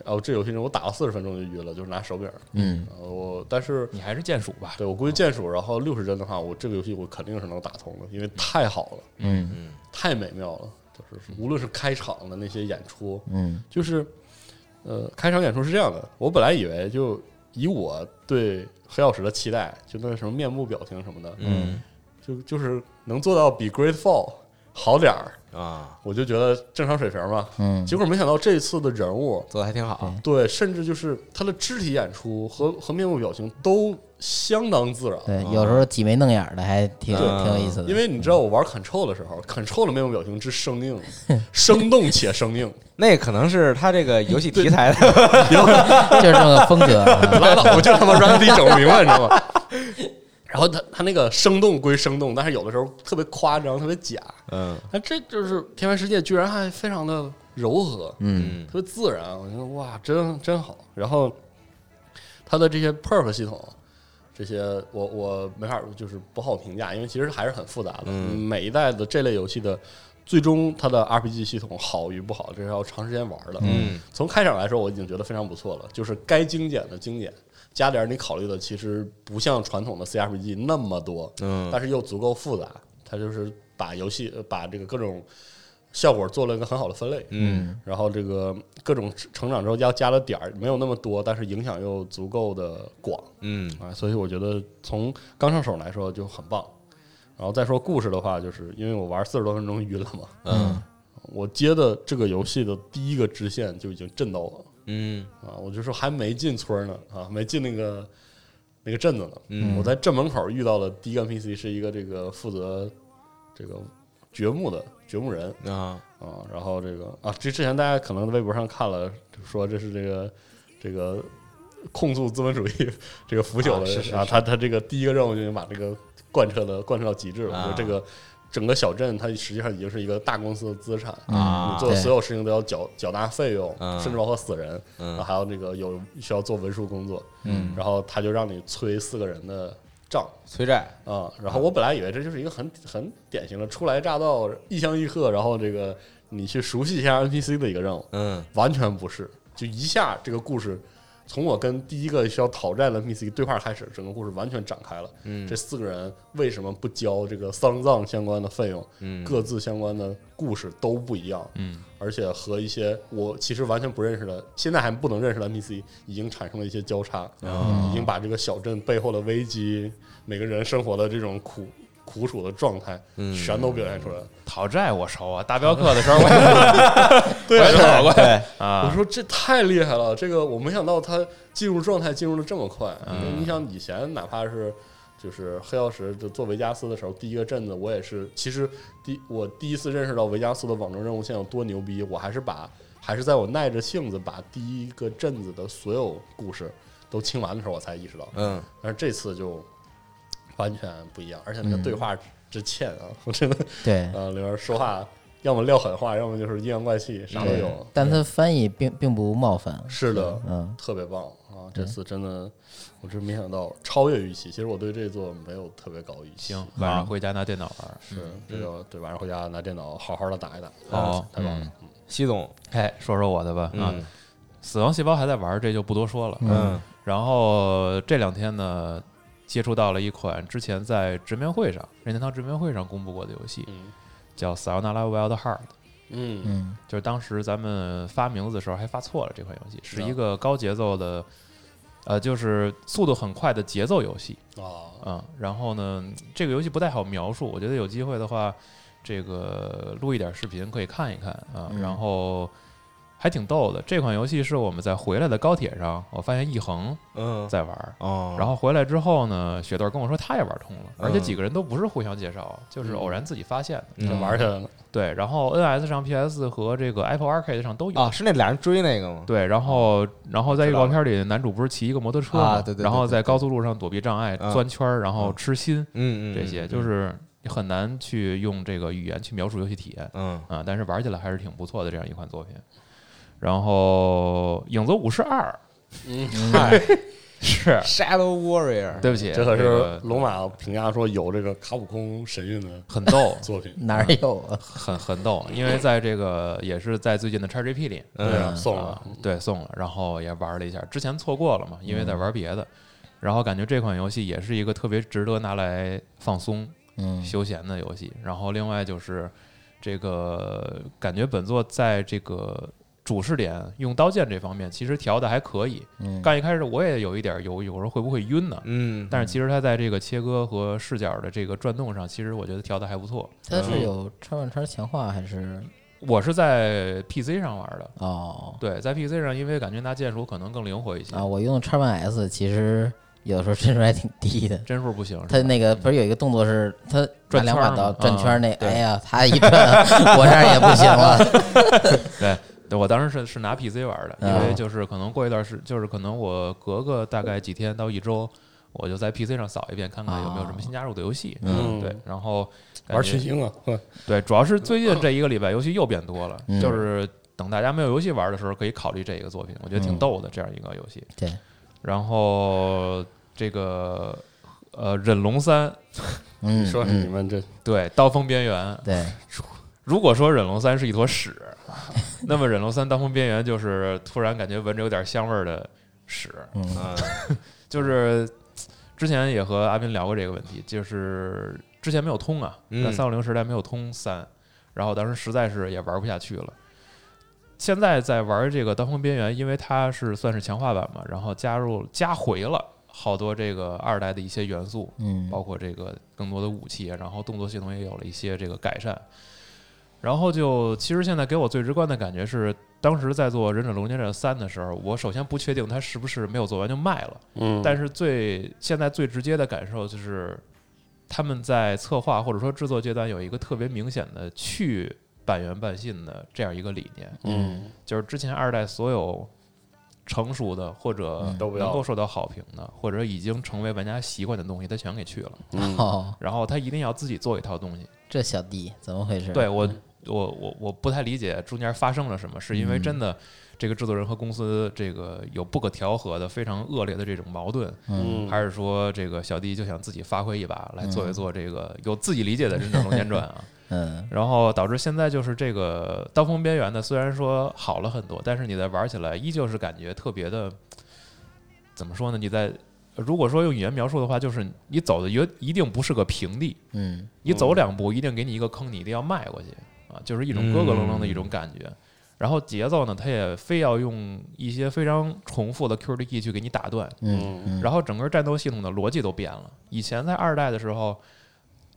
S7: 哦，这游戏中我打到四十分钟就晕了，就是拿手柄。
S6: 嗯，
S7: 呃我但是
S5: 你还是键鼠吧？
S7: 对我估计键鼠，然后六十帧的话，我这个游戏我肯定是能打通的，因为太好了，
S6: 嗯
S7: 太美妙了。就是无论是开场的那些演出，
S6: 嗯
S7: 就是呃，开场演出是这样的，我本来以为就以我对黑曜石的期待，就那什么面部表情什么的，
S3: 嗯
S7: 就就是能做到比 Great Fall 好点儿，
S3: 啊，
S7: 我就觉得正常水平吧。
S6: 嗯
S7: 结果没想到这次的人物，
S3: 做的还挺好，
S7: 对，甚至就是他的肢体演出和和面部表情都相当自然。
S6: 对，有时候挤眉弄眼儿的还挺
S3: 对
S6: 挺有意思的，
S7: 嗯因为你知道我玩 Control 的时候，Control 的面部表情之生硬，生动且生硬，
S3: 那可能是他这个游戏题材的，
S6: *laughs* 就是这么个风格啊，
S7: *laughs* 拉倒，我就他妈让自己整不明白，你知道吗？ *laughs* 然后它它那个生动归生动，但是有的时候特别夸张，特别假。
S3: 嗯
S7: 那这就是《天外世界》，居然还非常的柔和，
S6: 嗯，
S7: 特别自然，我觉得哇，真真好。然后它的这些 perf 系统，这些我我没法就是不好评价，因为其实还是很复杂的。
S3: 嗯
S7: 每一代的这类游戏的最终它的 RPG 系统好与不好，这是要长时间玩的。
S3: 嗯，
S7: 从开场来说，我已经觉得非常不错了，就是该精简的精简，加点儿你考虑的其实不像传统的 CRPG 那么多，
S3: 嗯
S7: 但是又足够复杂。它就是把游戏呃把这个各种效果做了一个很好的分类，
S3: 嗯
S7: 然后这个各种成长之后要加了点儿，没有那么多，但是影响又足够的广
S3: 嗯
S7: 啊，所以我觉得从刚上手来说就很棒。然后再说故事的话，就是因为我玩四十多分钟晕了嘛，
S3: 嗯
S7: 我接的这个游戏的第一个支线就已经震到我了
S3: 嗯
S7: 啊，我就说还没进村呢啊，没进那个那个镇子呢，
S3: 嗯
S7: 我在镇门口遇到的第一个 NPC 是一个这个负责这个掘墓的掘墓人，
S3: 啊
S7: 啊，然后这个啊，这之前大家可能微博上看了，说这是这个这个控诉资本主义这个腐朽的
S1: 啊
S7: 人
S1: 是是
S7: 啊
S1: 是
S7: 他他这个第一个任务就已经把这个贯彻的贯彻到极致了。
S3: 啊
S7: 我觉得这个整个小镇它实际上已经是一个大公司的资产，
S3: 啊
S7: 你做的
S6: 对
S7: 所有事情都要缴缴纳费用，
S1: 嗯
S3: 啊
S7: 甚至包括死人，啊
S3: 嗯
S7: 还有那个有需要做文书工作，
S6: 嗯，
S7: 然后他就让你催四个人的账。
S3: 催债
S7: 啊、然后我本来以为这就是一个很很典型的初来乍到、异乡异客，然后这个你去熟悉一下 NPC 的一个任务，
S3: 嗯
S7: 完全不是，就一下这个故事从我跟第一个需要讨债的 NPC 对话开始，整个故事完全展开了。
S3: 嗯
S7: 这四个人为什么不交这个丧葬相关的费用？
S3: 嗯
S7: 各自相关的故事都不一样，
S5: 嗯，
S7: 而且和一些我其实完全不认识的，现在还不能认识的 NPC 已经产生了一些交叉，
S3: 哦
S7: 已经把这个小镇背后的危机，每个人生活的这种苦苦楚的状态，
S3: 嗯
S7: 全都表现出来了。
S5: 讨债我熟啊，大镖客的时
S7: *laughs*
S5: 候我
S7: 对啊
S5: 也讨过
S6: 对，
S5: *laughs*
S7: 我
S5: 啊，
S7: 说这太厉害了，这个我没想到他进入状态进入的这么快。因为你想以前哪怕是就是黑曜石就做维加斯的时候，第一个镇子我也是，其实第我第一次认识到维加斯的网络任务线有多牛逼，我还是把还是在我耐着性子把第一个镇子的所有故事都清完的时候，我才意识到。
S3: 嗯
S7: 但是这次就完全不一样，而且那个对话之欠啊，我真的
S6: 对，
S7: 呃里面说话要么撂狠话，要么就是阴阳怪气，啥都
S6: 对
S7: 有。
S6: 但他翻译并并不冒犯，
S7: 是的，
S6: 嗯，
S7: 特别棒啊！这次真的，我真没想到超越预期。其实我对这座没有特别高预期。
S5: 行，晚上回家拿电脑玩。嗯
S7: 是
S6: 嗯
S7: 这个对，晚上回家拿电脑好好的打一打。
S5: 好
S7: 太棒了！
S3: 西总
S5: 哎，说说我的
S7: 嗯
S5: 吧啊，死亡细胞还在玩，这就不多说了。
S3: 嗯
S5: 然后这两天呢，接触到了一款之前在直面会上任天堂直面会上公布过的游戏，
S7: 嗯
S5: 叫《Sayonara Wild Heart》，
S7: 嗯
S6: 嗯
S5: 就是当时咱们发名字的时候还发错了，这款游戏
S3: 嗯
S5: 是一个高节奏的，呃，就是速度很快的节奏游戏
S6: 嗯
S7: 啊，
S5: 啊、然后呢，这个游戏不太好描述，我觉得有机会的话，这个录一点视频可以看一看啊、
S6: 嗯
S5: 然后还挺逗的，这款游戏是我们在回来的高铁上，我发现一恒
S3: 嗯
S5: 在玩儿。
S3: 哦，
S5: 然后回来之后呢，雪豆跟我说他也玩通了，而且
S3: 嗯
S5: 几个人都不是互相介绍，就是偶然自己发现的。
S7: 这
S3: 嗯
S7: 玩起来了。
S5: 对，然后 NS 上、PS 和这个 Apple Arcade 上都有。
S3: 啊是那俩人追那个吗？
S5: 对，然后然后在预告片里，男主不是骑一个摩托车
S3: 啊
S5: 嘛
S3: 对对对
S5: 然后
S3: 对
S5: 在
S3: 对
S5: 高速路上躲避障碍、
S3: 嗯
S5: 钻圈儿，然后
S3: 嗯
S5: 吃心
S3: 嗯嗯
S5: 这些，就是你很难去用这个语言去描述游戏体验
S3: 嗯
S5: 啊。但是玩起来还是挺不错的这样一款作品。然后《影子武士二
S7: 嗯，》
S5: 是
S3: Shadow Warrior
S5: 对不起，
S7: 这可是
S5: 个
S7: 龙马评价说有这个卡普空神韵的
S5: 很逗，
S7: *laughs* 作品。
S6: 哪儿有啊？
S5: 很很逗，因为在这个也是在最近的 XGP 里
S3: 嗯
S7: 对啊，送
S5: 啊
S7: 了。，
S5: 对送了，然后也玩了一下，之前错过了嘛，因为
S3: 嗯
S5: 在玩别的，然后感觉这款游戏也是一个特别值得拿来放松、
S6: 嗯
S5: 休闲的游戏。然后另外就是这个感觉本作在这个主视点用刀剑这方面其实调的还可以，
S6: 嗯，
S5: 刚一开始我也有一点犹豫，有时候会不会晕呢？
S3: 嗯
S5: 但是其实它在这个切割和视角的这个转动上，其实我觉得调的还不错。
S6: 他是有串串叉强化还是
S5: 我是在 PC 上玩的，
S6: 哦
S5: 对，在 PC 上，因为感觉拿键鼠可能更灵活一些，
S6: 啊？我用叉 One S 其实有时候帧数还挺低的。
S5: 帧数不行。
S6: 他
S5: 是吧嗯
S6: 那个不是有一个动作是，他拿
S5: 转
S6: 两
S5: 圈儿
S6: 把刀
S5: 嘛
S6: 转
S5: 啊
S6: 圈儿那，
S5: 对
S6: 哎呀，他一转，我这儿也不行
S5: *laughs*
S6: 了。
S5: 对我当时是是拿 PC 玩的，因
S6: 啊
S5: 为就是可能过一段时，就是可能我隔个大概几天到一周，我就在 PC 上扫一遍，看看有没有什
S6: 啊
S5: 么新加入的游戏。
S7: 嗯
S5: 对，然后感
S7: 玩
S5: 觉
S7: 群星啊，呵
S5: 对，主要是最近这一个礼拜游戏又变多了，
S6: 嗯
S5: 就是等大家没有游戏玩的时候，可以考虑这个作品，我觉得
S6: 嗯
S5: 挺逗的、这样一个游戏。
S6: 对，
S5: 然后这个呃，忍龙三，
S6: 嗯，
S7: *laughs* 说
S6: 嗯
S7: 你们这
S5: 对，刀锋边缘。
S6: 对，
S5: 如果说忍龙三是一坨屎， *laughs* 那么忍龙三刀锋边缘就是突然感觉闻着有点香味儿的屎，
S6: 嗯
S3: 嗯
S5: 就是之前也和阿斌聊过这个问题，就是之前没有通啊，
S3: 嗯
S5: 在三六零时代没有通三，然后当时实在是也玩不下去了。现在在玩这个《刀锋边缘》，因为它是算是强化版嘛，然后加入加回了好多这个二代的一些元素，
S6: 嗯，
S5: 包括这个更多的武器，啊然后动作系统也有了一些这个改善。然后就其实现在给我最直观的感觉是，当时在做《忍者龙剑战三》的时候，我首先不确定它是不是没有做完就卖了，
S7: 嗯，
S5: 但是最现在最直接的感受就是，他们在策划或者说制作阶段有一个特别明显的去半原半信的这样一个理念，
S7: 嗯
S5: 就是之前二代所有成熟的或者
S6: 嗯
S7: 都不要
S5: 能够受到好评的，或者已经成为玩家习惯的东西，他全给去了。
S6: *laughs*
S7: 嗯
S6: 哦，
S5: 然后他一定要自己做一套东西。
S6: 这小弟怎么回事？
S5: 对我，我我我不太理解中间发生了什么，是因为真的这个制作人和公司这个有不可调和的非常恶劣的这种矛盾，
S6: 嗯，
S5: 还是说这个小弟就想自己发挥一把，来做一做这个有自己理解的《忍者龙剑传》啊？
S6: 嗯
S5: 然后导致现在就是这个刀锋边缘的，虽然说好了很多，但是你在玩起来依旧是感觉特别的，怎么说呢？你在如果说用语言描述的话，就是你走的一一定不是个平地，
S6: 嗯嗯
S5: 你走两步一定给你一个坑，你一定要迈过去啊，就是一种咯咯楞楞的一种感觉。然后节奏呢，它也非要用一些非常重复的 QTE 去给你打断，
S6: 嗯嗯，
S5: 然后整个战斗系统的逻辑都变了。以前在二代的时候，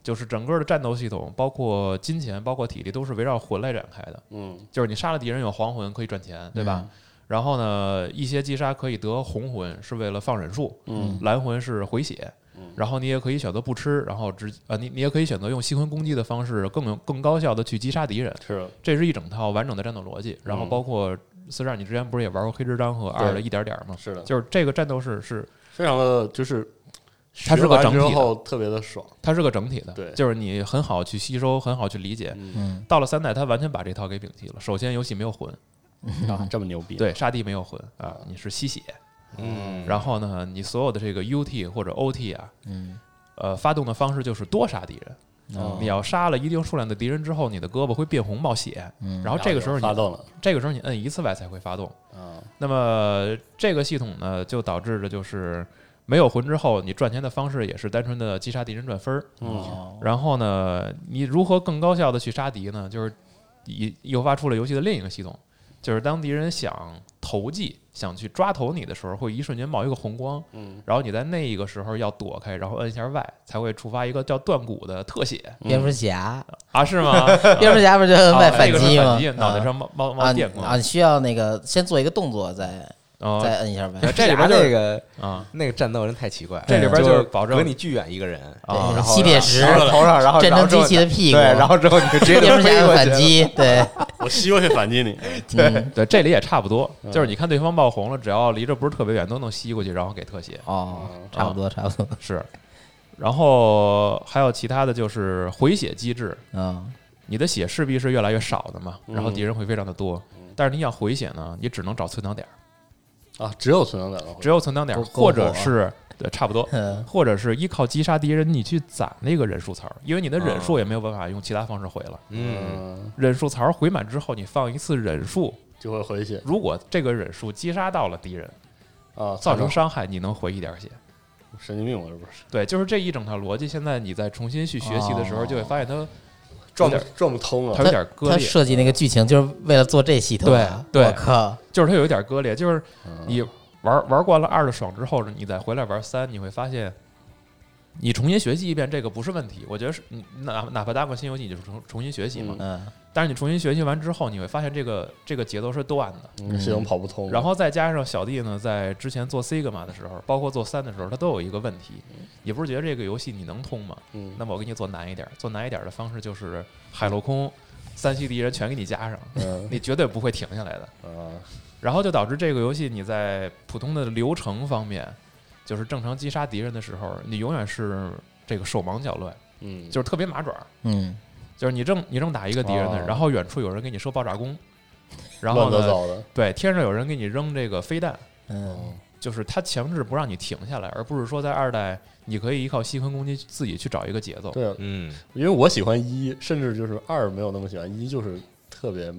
S5: 就是整个的战斗系统，包括金钱、包括体力，都是围绕魂来展开的。
S7: 嗯
S5: 就是你杀了敌人有黄魂可以赚钱，对吧？然后呢，一些击杀可以得红魂，是为了放忍术；
S7: 嗯
S5: 蓝魂是回血。然后你也可以选择不吃，然后直呃，你你也可以选择用吸魂攻击的方式，更有更高效的去击杀敌人。
S7: 是的
S5: 这是一整套完整的战斗逻辑。然后
S7: 嗯
S5: 包括四战，你之前不是也玩过黑之章和二
S7: 对
S5: 的一点点儿吗？
S7: 是的，
S5: 就是这个战斗是是
S7: 非常的就是
S5: 它是
S7: 学
S5: 个
S7: 完
S5: 整体的
S7: 之后特别的爽，
S5: 它是个整体的，
S7: 对
S5: 就是你很好去吸收，很好去理解。
S6: 嗯
S5: 到了三代，它完全把这套给摒弃了。首先，游戏没有魂，
S7: 啊，这么牛逼，
S5: 对，沙地没有魂啊，你是吸血。
S3: 嗯，
S5: 然后呢，你所有的这个 UT 或者 OT 啊，
S6: 嗯
S5: 呃，发动的方式就是多杀敌人。
S7: 哦
S5: 你要杀了一定数量的敌人之后，你的胳膊会变红冒血，
S6: 嗯，
S5: 然后这个时候你
S7: 发动了，
S5: 这个时候你摁一次 Y 才会发动。
S7: 啊，
S5: 那么这个系统呢，就导致的就是没有魂之后，你赚钱的方式也是单纯的击杀敌人赚分儿。
S7: 嗯
S6: 哦
S5: 然后呢，你如何更高效的去杀敌呢？就是以诱发出了游戏的另一个系统，就是当敌人想投技、想去抓头你的时候，会一瞬间冒一个红光，
S7: 嗯
S5: 然后你在那一个时候要躲开，然后摁一下 Y 才会触发一个叫断骨的特写
S6: 蝙蝠侠，
S5: 啊？是
S6: *laughs*
S5: 吗？
S6: 蝙蝠侠不是就摁
S5: 啊
S6: 外
S5: 那个是
S6: 击吗
S5: 反击，？脑袋
S6: 啊
S5: 上冒冒
S6: 啊
S5: 冒电光
S6: 啊，需要那个先做一个动作，再
S5: 啊
S6: 再摁一下呗。
S3: 这里边
S1: 就是
S3: 那个
S5: 啊！
S3: 那个战斗人太奇怪了，哎
S5: 这里边
S3: 就
S5: 就是保证
S3: 隔你巨远一个人，
S5: 啊
S6: 对
S3: 然后
S6: 吸铁石
S3: 然后头上，然后
S6: 战
S3: 然后
S6: 争
S3: 之
S6: 机
S3: 后
S6: 器的屁股，
S3: 对，然后之后你就直接
S6: *laughs* 蝙蝠侠
S3: 飞
S6: 的
S3: 过去
S6: 反击，对，
S7: 我吸过去反击你，
S6: 嗯，
S5: 对，这里也差不多，就是你看对方爆红了，只要离这不是特别远，都能吸过去，然后给特写。
S6: 哦，差不多，
S5: 啊
S6: 差不多，
S5: 是，然后还有其他的就是回血机制，
S6: 嗯
S5: 你的血势必是越来越少的嘛，然后
S7: 嗯
S5: 敌人会非常的多。
S6: 嗯
S5: 但是你想回血呢，你只能找存档点儿，
S7: *laughs* 啊，只有存档两个，
S5: 只有存档点儿，
S6: 哦够够
S5: 或者
S6: 火啊
S5: 是对差不多，
S6: 嗯
S5: 或者是依靠击杀敌人你去攒那个忍术槽儿，因为你的忍
S6: 哦
S5: 术也没有办法用其他方式回了。
S3: 嗯，
S7: 嗯，
S5: 忍术槽儿回满之后，你放一次忍术，
S7: 就会回血
S5: 如果这个忍术击杀到了敌人，
S6: 哦
S7: 啊，
S5: 造成伤害，你能回一点血。
S7: 神经病，我这不是
S5: 对，就是这一整套逻辑，现在你再重新去学习的时候，
S6: 哦
S5: 就会发现它
S7: 转不
S5: 有
S7: 转不通
S5: 它
S7: 了，
S5: 有点 *laughs* 割
S6: 他
S5: 裂，嗯
S6: 设计那个剧情就是为了做这系统啊，
S5: 对对
S6: 我靠，
S5: 就是它有一点割裂，就是
S7: 嗯
S5: 你玩玩惯了二的爽之后，你再回来玩三，你会发现，你重新学习一遍这个不是问题。我觉得是，你哪哪怕搭个新游戏，你就是重重新学习嘛。
S6: 嗯
S5: 但是你重新学习完之后，你会发现这个这个节奏是断的。
S7: 嗯系统跑不通，
S5: 然后再加上小弟呢，在之前做 Sigma 的时候，包括做三的时候，他都有一个问题，也不是觉得这个游戏你能通吗？
S7: 嗯
S5: 那么我给你做难一点儿，做难一点儿的方式就是海陆空三栖敌人全给你加上，
S7: 嗯
S5: 你绝对不会停下来的。
S7: 啊
S5: 然后就导致这个游戏你在普通的流程方面，就是正常击杀敌人的时候，你永远是这个手忙脚乱，
S7: 嗯，
S5: 就是特别麻爪儿，
S6: 嗯，
S5: 就是你正你正打一个敌人呢，
S7: 哦
S5: 然后远处有人给你射爆炸弓，然后
S7: 乱糟
S5: 呢，
S7: 糟的，
S5: 对，天上有人给你扔这个飞弹，哦
S6: 嗯，
S5: 就是他强制不让你停下来，而不是说在二代你可以依靠细分攻击自己去找一个节奏。
S7: 对啊，
S3: 嗯，
S7: 因为我喜欢一，甚至就是二没有那么喜欢，一就是特别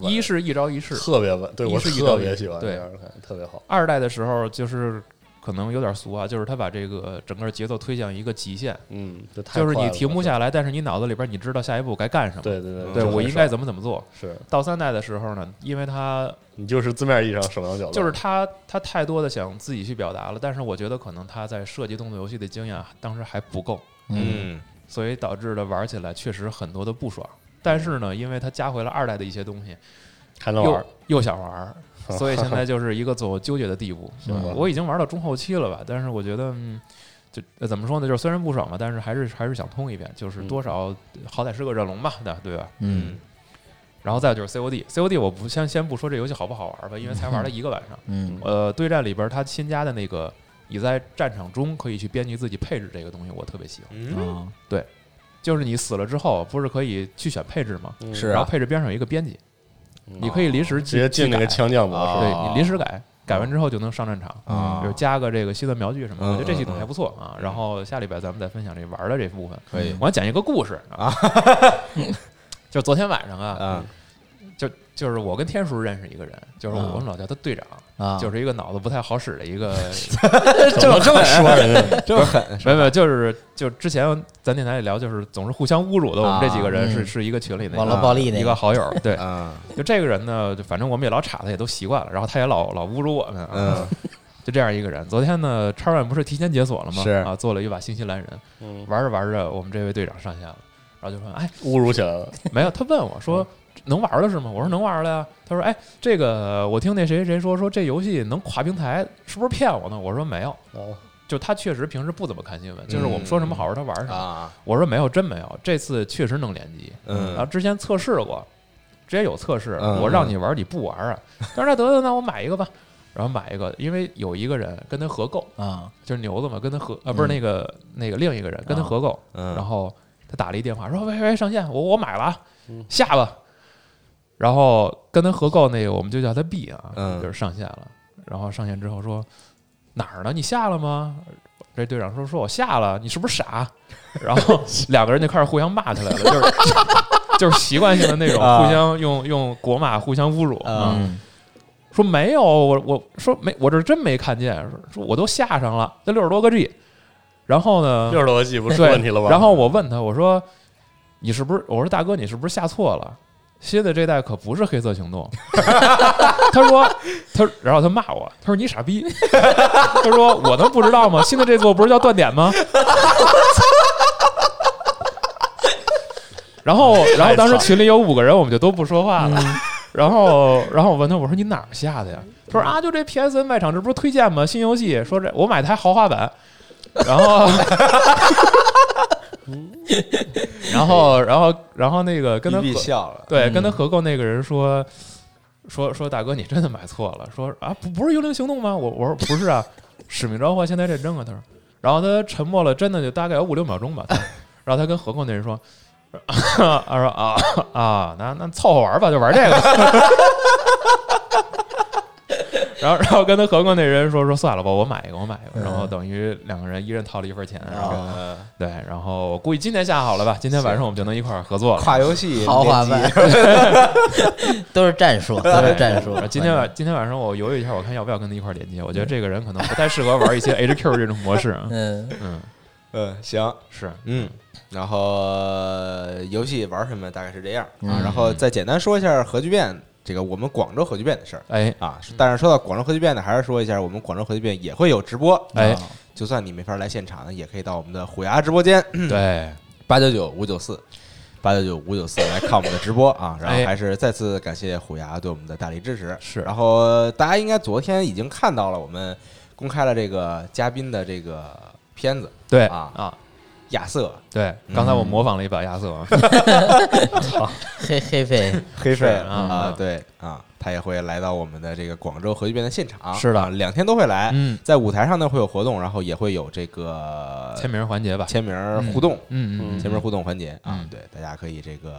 S7: 稳
S5: 一是一招一式，
S7: 特别稳，对
S5: 一
S7: 我
S5: 是一到
S7: 特别
S5: 一
S7: 喜欢
S5: 对
S7: 这样看，特别好。
S5: 二代的时候就是可能有点俗啊，就是他把这个整个节奏推向一个极限，
S7: 嗯，就太
S5: 就是
S7: 快
S5: 你
S7: 了
S5: 停不，下来，但是你脑子里边你知道下一步该干什么。
S7: 对对对，
S5: 对
S7: 就
S5: 我
S7: 很
S5: 应该
S7: 爽
S5: 怎么怎么做。
S7: 是
S5: 到三代的时候呢，因为他
S7: 你就是字面意义上手忙脚乱，
S5: 就是他他太多的想自己去表达了，但是我觉得可能他在设计动作游戏的经验啊当时还不够，
S3: 嗯，
S5: 所以导致了玩起来确实很多的不爽。但是呢，因为他加回了二代的一些东西，
S7: 还能玩
S5: 又
S7: 儿，
S5: 又想玩
S7: *laughs*
S5: 儿，所以现在就是一个走纠结的地步。
S7: 行吧
S5: 我已经玩到中后期了吧，但是我觉得。嗯就呃怎么说呢？就是虽然不爽吧，但是还是还是想通一遍，就是
S7: 嗯
S5: 多少好歹是个忍龙吧，对吧对吧？
S6: 嗯，
S5: 然后再有就是 COD，COD 我不先先不说这游戏好不好玩吧，因为才玩
S7: *laughs*
S5: 了一个晚上。
S6: 嗯，
S5: 呃，对战里边它新加的那个，你在战场中可以去编辑自己配置这个东西，我特别喜欢。
S3: 嗯，
S6: 啊，
S5: 就是你死了之后，不是可以去选配置吗？
S7: 嗯
S3: 是
S5: 然
S3: 啊
S5: 后配置边上有一个编辑，
S7: 嗯
S5: 你可以临时
S7: 直接进那个
S5: 枪，
S7: 枪将模式，
S5: 对你临时改，改完之后就能上战场。
S3: 啊
S5: 比如加个这个新的瞄具什么
S3: 嗯
S5: 的，我觉得这系统
S3: 嗯嗯
S5: 还不错啊。然后下礼拜咱们再分享这玩的这部分。
S3: 可以
S5: 我要讲一个故事啊， *laughs* 就是昨天晚上啊，
S3: 啊，
S5: 就就是我跟天叔认识一个人，就是我们老叫他队长，
S6: 啊，
S5: 就是一个脑子不太好使的一个
S7: 怎么这么
S3: 嗯
S7: 说人家？
S3: 这么狠，
S5: 没有没有，就是就之前咱电台里聊，就是总是互相侮辱的。我们这几个人
S6: 啊
S5: 是、
S6: 嗯
S5: 是一个群里的
S6: 网络暴力那
S5: 一
S6: 个
S5: 个，好友，
S3: *laughs*
S5: 对，
S3: 啊，
S5: 就这个人呢，就反正我们也老插他，也都习惯了。然后他也老老侮辱我们、啊，
S3: 嗯，
S5: 就这样一个人。昨天呢，叉 one 不是提前解锁了吗？
S3: 是
S5: 啊，做了一把新西兰人，
S7: 嗯
S5: 玩着玩着，我们这位队长上线了，然后就说：“哎，
S7: 侮辱起来了，
S5: 没有。”他问我说。能玩了是吗？我说能玩了呀。他说：“哎，这个我听那谁谁说说这游戏能跨平台，是不是骗我呢？”我说没有，
S7: 啊，
S5: 就他确实平时不怎么看新闻，就是我们说什么好玩他玩什么。
S3: 啊，
S5: 我说没有，真没有，这次确实能联机。然后
S3: 嗯，
S5: 之前测试过，之前有测试，
S3: 嗯
S5: 我让你玩你不玩啊。他说那得得，那我买一个吧。然后买一个，因为有一个人跟他合购，
S6: 啊，
S5: 就是牛子嘛，跟他合啊不是
S6: 嗯
S5: 那个那个另一个人跟他合购，
S3: 嗯
S5: 然后他打了一电话说喂喂上线，我我买了啊，
S3: 嗯
S5: 下吧。然后跟他合购那个我们就叫他 B 啊，
S3: 嗯
S5: 就是上线了。然后上线之后说哪儿呢？你下了吗？这队长说说我下了，你是不是傻？
S3: *laughs*
S5: 然后两个人就开始互相骂起来了，就是 *laughs* 就是习惯性的那种
S3: 啊
S5: 互相用用国骂互相侮辱
S3: 啊
S5: 嗯说没有，我我说没，我这真没看见，说说我都下上了，这六十多个 G，然后呢，
S7: 六十多个 G 不出
S5: 对
S7: 问题了吧？
S5: 然后我问他，我说你是不是？我说大哥，你是不是下错了？新的这代可不是黑色行
S7: *laughs*
S5: 动。他说，他然后他骂我，他说你傻逼。 *laughs* 他说我能不知道吗？新的这座不是叫断点吗？ *laughs* 然后，然后当时群里有五个人，我们就都不说话
S2: 嗯
S5: 了。然后，然后我问他，我说你哪儿下的呀？他说啊，就这 PSN 卖场，这不是推荐吗？新游戏，说这我买台豪华版。然后，然后，然后，然后那个跟他
S3: 一
S5: 合
S3: 笑了，
S5: 对
S6: 嗯
S5: 跟他合购那个人说说说大哥，你真的买错了。说啊，不不是幽灵行动吗？我我说不是啊，使命召唤现代战争啊。他说，然后他沉默了，真的就大概有五六秒钟吧。他然后他跟合购那人说。 *laughs* 啊，他说啊啊，那那凑合玩吧，就 *laughs* 玩这个。然后，然后跟他合购那人说说算了吧，我买一个，我买一个。然后等于两个人一人掏了一份钱，然后
S3: 嗯
S5: 对，然后我估计今天下好了吧，今天晚上我们就能一块儿合作了。
S3: 跨游戏
S6: 豪华
S3: 联
S6: 版
S3: 机，
S6: *laughs*
S5: *laughs*
S6: 都是战术，都是战术
S5: 然 *laughs* 后。今天晚今天晚上我犹豫一下，我看要不要跟他一块儿连接。我觉得这个人可能不太适合玩
S3: *laughs*
S5: 一些 HQ 这种模式。
S6: 嗯，
S5: 嗯，
S3: 嗯，行，
S5: 是，
S3: 嗯，然后呃游戏玩什么大概是这样
S6: 嗯
S3: 啊，然后再简单说一下核聚变这个我们广州核聚变的事儿
S5: 哎
S3: 啊。但是说到广州核聚变呢，还是说一下我们广州核聚变也会有直播，啊
S5: 哎，
S3: 就算你没法来现场呢，也可以到我们的虎牙直播间
S5: 对，
S3: 八九九五九四。八九九五九四来看我们的直播啊，然后
S5: 哎
S3: 还是再次感谢虎牙对我们的大力支持。
S5: 是
S3: 然后大家应该昨天已经看到了，我们公开了这个嘉宾的这个片子
S5: 对
S3: 啊嗯
S5: 啊，
S3: 亚瑟
S5: 对，刚才我模仿
S3: *laughs*
S5: 了一把亚瑟，
S6: 黑黑费，
S3: 黑
S5: *laughs* 是
S3: 费
S5: 啊
S3: 啊
S5: 啊，
S3: 对啊，他也会来到我们的这个广州核聚变的现场。
S6: 是的
S3: 啊两天都会来。
S5: 嗯，
S3: 在舞台上呢会有活动，然后也会有这个
S5: 签名环节吧，
S3: 嗯签名儿互动，
S5: 嗯嗯
S3: 签名儿互动环节啊
S5: 嗯，
S3: 对，大家可以这个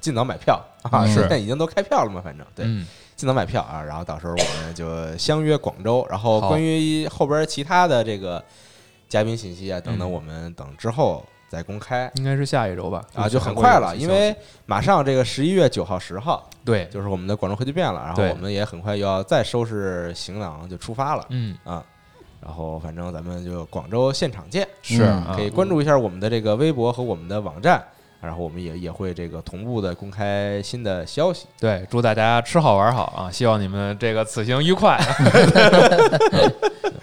S3: 尽早买票啊，
S5: 嗯是
S3: 现在已经都开票了嘛，反正对，
S5: 嗯，
S3: 尽早买票啊，然后到时候我们就相约广州，然后
S5: 好
S3: 关于后边其他的这个嘉宾信息啊等等，
S5: 嗯
S3: 我们等之后再公开。
S5: 应该是下一周吧，
S3: 啊，就很
S5: 会有
S3: 快
S5: 消
S3: 了，
S5: 息
S3: 因为马上这个十一月九号、十号
S5: 对，
S3: 就是我们的广州核聚变了，然后
S5: 对
S3: 我们也很快又要再收拾行囊就出发了
S5: 嗯，
S3: 啊。然后反正咱们就广州现场见，
S5: 是
S6: 嗯
S5: 啊
S3: 可以关注一下我们的这个微博和我们的网站，然后我们也也会这个同步的公开新的消息。
S5: 对，祝大家吃好玩好啊！希望你们这个此行愉
S3: *laughs*
S5: 快。 *laughs*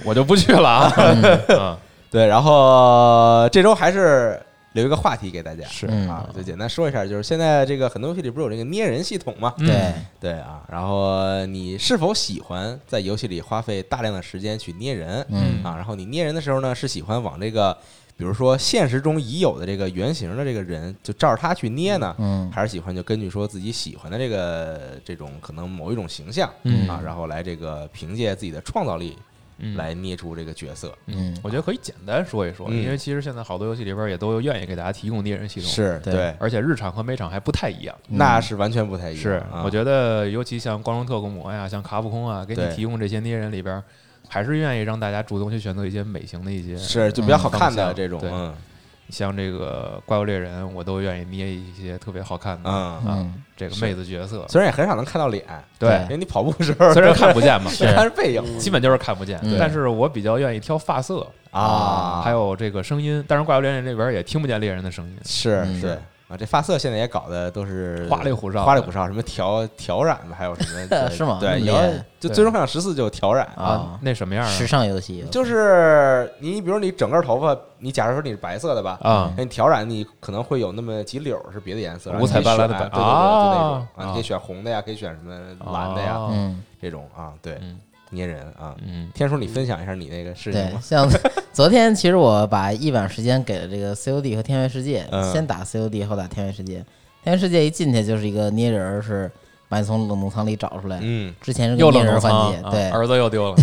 S5: 我就不去了啊。 *laughs* 嗯，
S3: 对，然后这周还是留一个话题给大家，
S5: 是
S6: 嗯
S3: 啊，就简单说一下，就是现在这个很多游戏里不是有这个捏人系统
S5: 嗯
S3: 嘛？
S6: 对，
S3: 对啊，然后你是否喜欢在游戏里花费大量的时间去捏人？
S6: 嗯
S3: 啊，然后你捏人的时候呢，是喜欢往这个，比如说现实中已有的这个原型的这个人，就照着他去捏呢，
S6: 嗯
S3: 还是喜欢就根据说自己喜欢的这个这种可能某一种形象、
S5: 嗯
S3: 啊，然后来这个凭借自己的创造力
S5: 嗯，
S3: 来捏出这个角色。
S6: 嗯
S5: 我觉得可以简单说一说，
S3: 嗯
S5: 因为其实现在好多游戏里边也都愿意给大家提供猎人系统，
S3: 是
S6: 对
S3: 对，
S5: 而且日常和美场还不太一样。
S3: 那是完全不太一样。
S5: 是，
S3: 啊
S5: 我觉得尤其像光荣特工魔呀，像卡普空啊，给你
S3: 对
S5: 提供这些捏人里边，还是愿意让大家主动去选择一些美型的一些，嗯
S3: 是就比较好看
S5: 方
S3: 的
S5: 向
S3: 这种，
S5: 对
S3: 嗯
S5: 像这个怪物猎人，我都愿意捏一些特别好看的
S3: 嗯，
S5: 啊
S6: 嗯，
S5: 这个
S3: 是
S5: 妹子角色。
S3: 虽然也很少能看到脸，
S5: 对
S3: 因，为你跑步的时候
S5: 虽然
S3: *laughs*
S5: 看不见嘛， *laughs*
S3: 它是背影
S5: 基本就是看不见
S6: 嗯，
S5: 但是我比较愿意挑发色
S3: 啊，
S5: 还有这个声音。当然，怪物猎人这边也听不见猎人的声音，
S3: 是
S6: 嗯
S3: 对啊，这发色现在也搞得都是
S5: 花里胡哨的，
S3: 花里胡哨，什么调调染吧，还有
S6: *laughs*
S3: 什么对
S6: 是吗嗯那
S3: 对，
S6: 么
S3: 有
S6: 厉害
S3: 就
S5: 对
S3: 最终幻想十四就有调染，
S5: 啊
S6: 啊，，
S5: 那什么样啊
S6: 时尚游戏
S3: 就是你比如你整个头发，你假如说你是白色的吧。 *laughs*
S5: 啊？
S3: 那你调染，你可能会有那么几绺儿是别的颜色，然后
S5: 五彩
S3: 你可以
S5: 斑斓的
S3: 选对对
S5: 白
S3: 对，就那种
S5: 啊
S3: 啊，你可以选红的呀，可以选什么蓝的呀，
S5: 哦
S6: 嗯，
S3: 这种啊，对，
S5: 嗯
S3: 捏人啊，
S5: 嗯
S3: 天叔，你分享一下你那个事情
S5: *laughs*
S6: 对
S3: 吗，？
S6: *laughs* 像昨天其实我把一晚时间给了这个 COD 和天元世界，
S3: 嗯
S6: 先打 COD 后打天元世界。天元世界一进去就是一个捏人儿，是把你从冷冻舱里找出来。
S3: 嗯，
S6: 之前是
S5: 又
S6: 个捏
S5: 冷
S6: 人儿
S5: 冻仓
S6: 环节，，
S5: 啊
S6: 对，
S5: 儿子又丢了，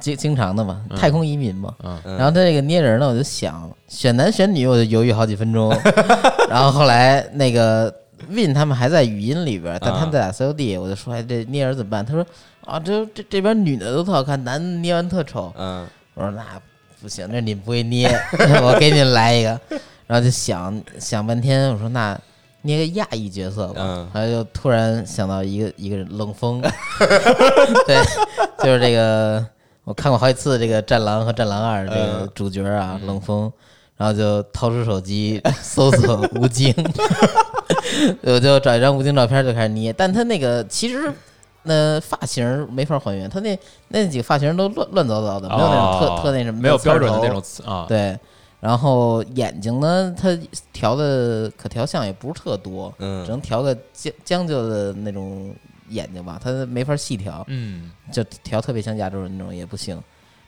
S6: 经经常的嘛，
S5: 嗯
S6: 太空移民嘛。
S5: 嗯
S3: 嗯
S6: 然后他这个捏人呢，我就想选男选女，我就犹豫好几
S5: *laughs*
S6: 分钟。然后后来那个 Win 他们还在语音里边儿，但
S5: 嗯
S6: 他们在打 COD，我就说：“哎，这捏人怎么办？”他说：“啊，这这这边女的都特好看，男的捏完特丑。”
S3: 嗯
S6: 我说那不行，这你不会捏， *laughs* 我给你来一个。然后就想想半天，我说那捏个亚裔角色吧。
S3: 嗯
S6: 后来就突然想到一个一个人冷风， *laughs* 对，就是这个我看过好几次这个《战狼》和《战狼二》这个
S3: 嗯
S6: 主角啊，冷风。然后就掏出手机搜索吴京， *laughs* 我就找一张吴京照片就开始捏，但他那个其实那发型没法还原，他那那几个发型都乱乱糟糟的，没有那种特、
S5: 哦
S6: 特那什么，
S5: 没有标准的
S6: 刺儿头
S5: 那种词啊。
S6: 对。然后眼睛呢，它调的可调项也不是特多，只
S3: 嗯
S6: 能调个将将就的那种眼睛吧，它没法细调，
S5: 嗯，
S6: 就调特别像亚洲人那种也不行。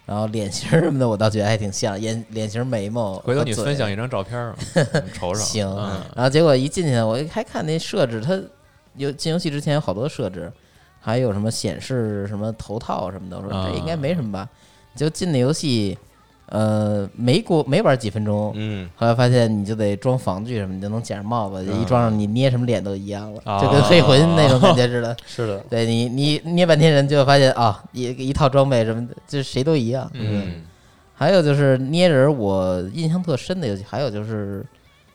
S6: 然后脸型儿什么的，我倒觉得还挺像，眼脸型儿、眉毛。
S5: 回头你分享
S6: 一
S5: 一张照片儿，我们瞅瞅。
S6: 行
S5: 嗯。
S6: 然后结果一进去，我一还看那设置，它有进游戏之前有好多设置，还有什么显示什么头套什么的，我说
S5: 啊
S6: 这应该没什么吧。就进那游戏，呃，没过没玩几分钟，
S3: 嗯，
S6: 后来发现你就得装防具什么，你就能捡上帽子，就一装上你捏什么脸都一样了，
S5: 啊
S6: 就跟黑魂那种感觉似的。 *laughs*
S7: 是的，
S6: 对你，你捏半天人，就发现啊、一一套装备什么的，就谁都一样。
S5: 嗯，
S6: 还有就是捏人，我印象特深的游戏，还有就是。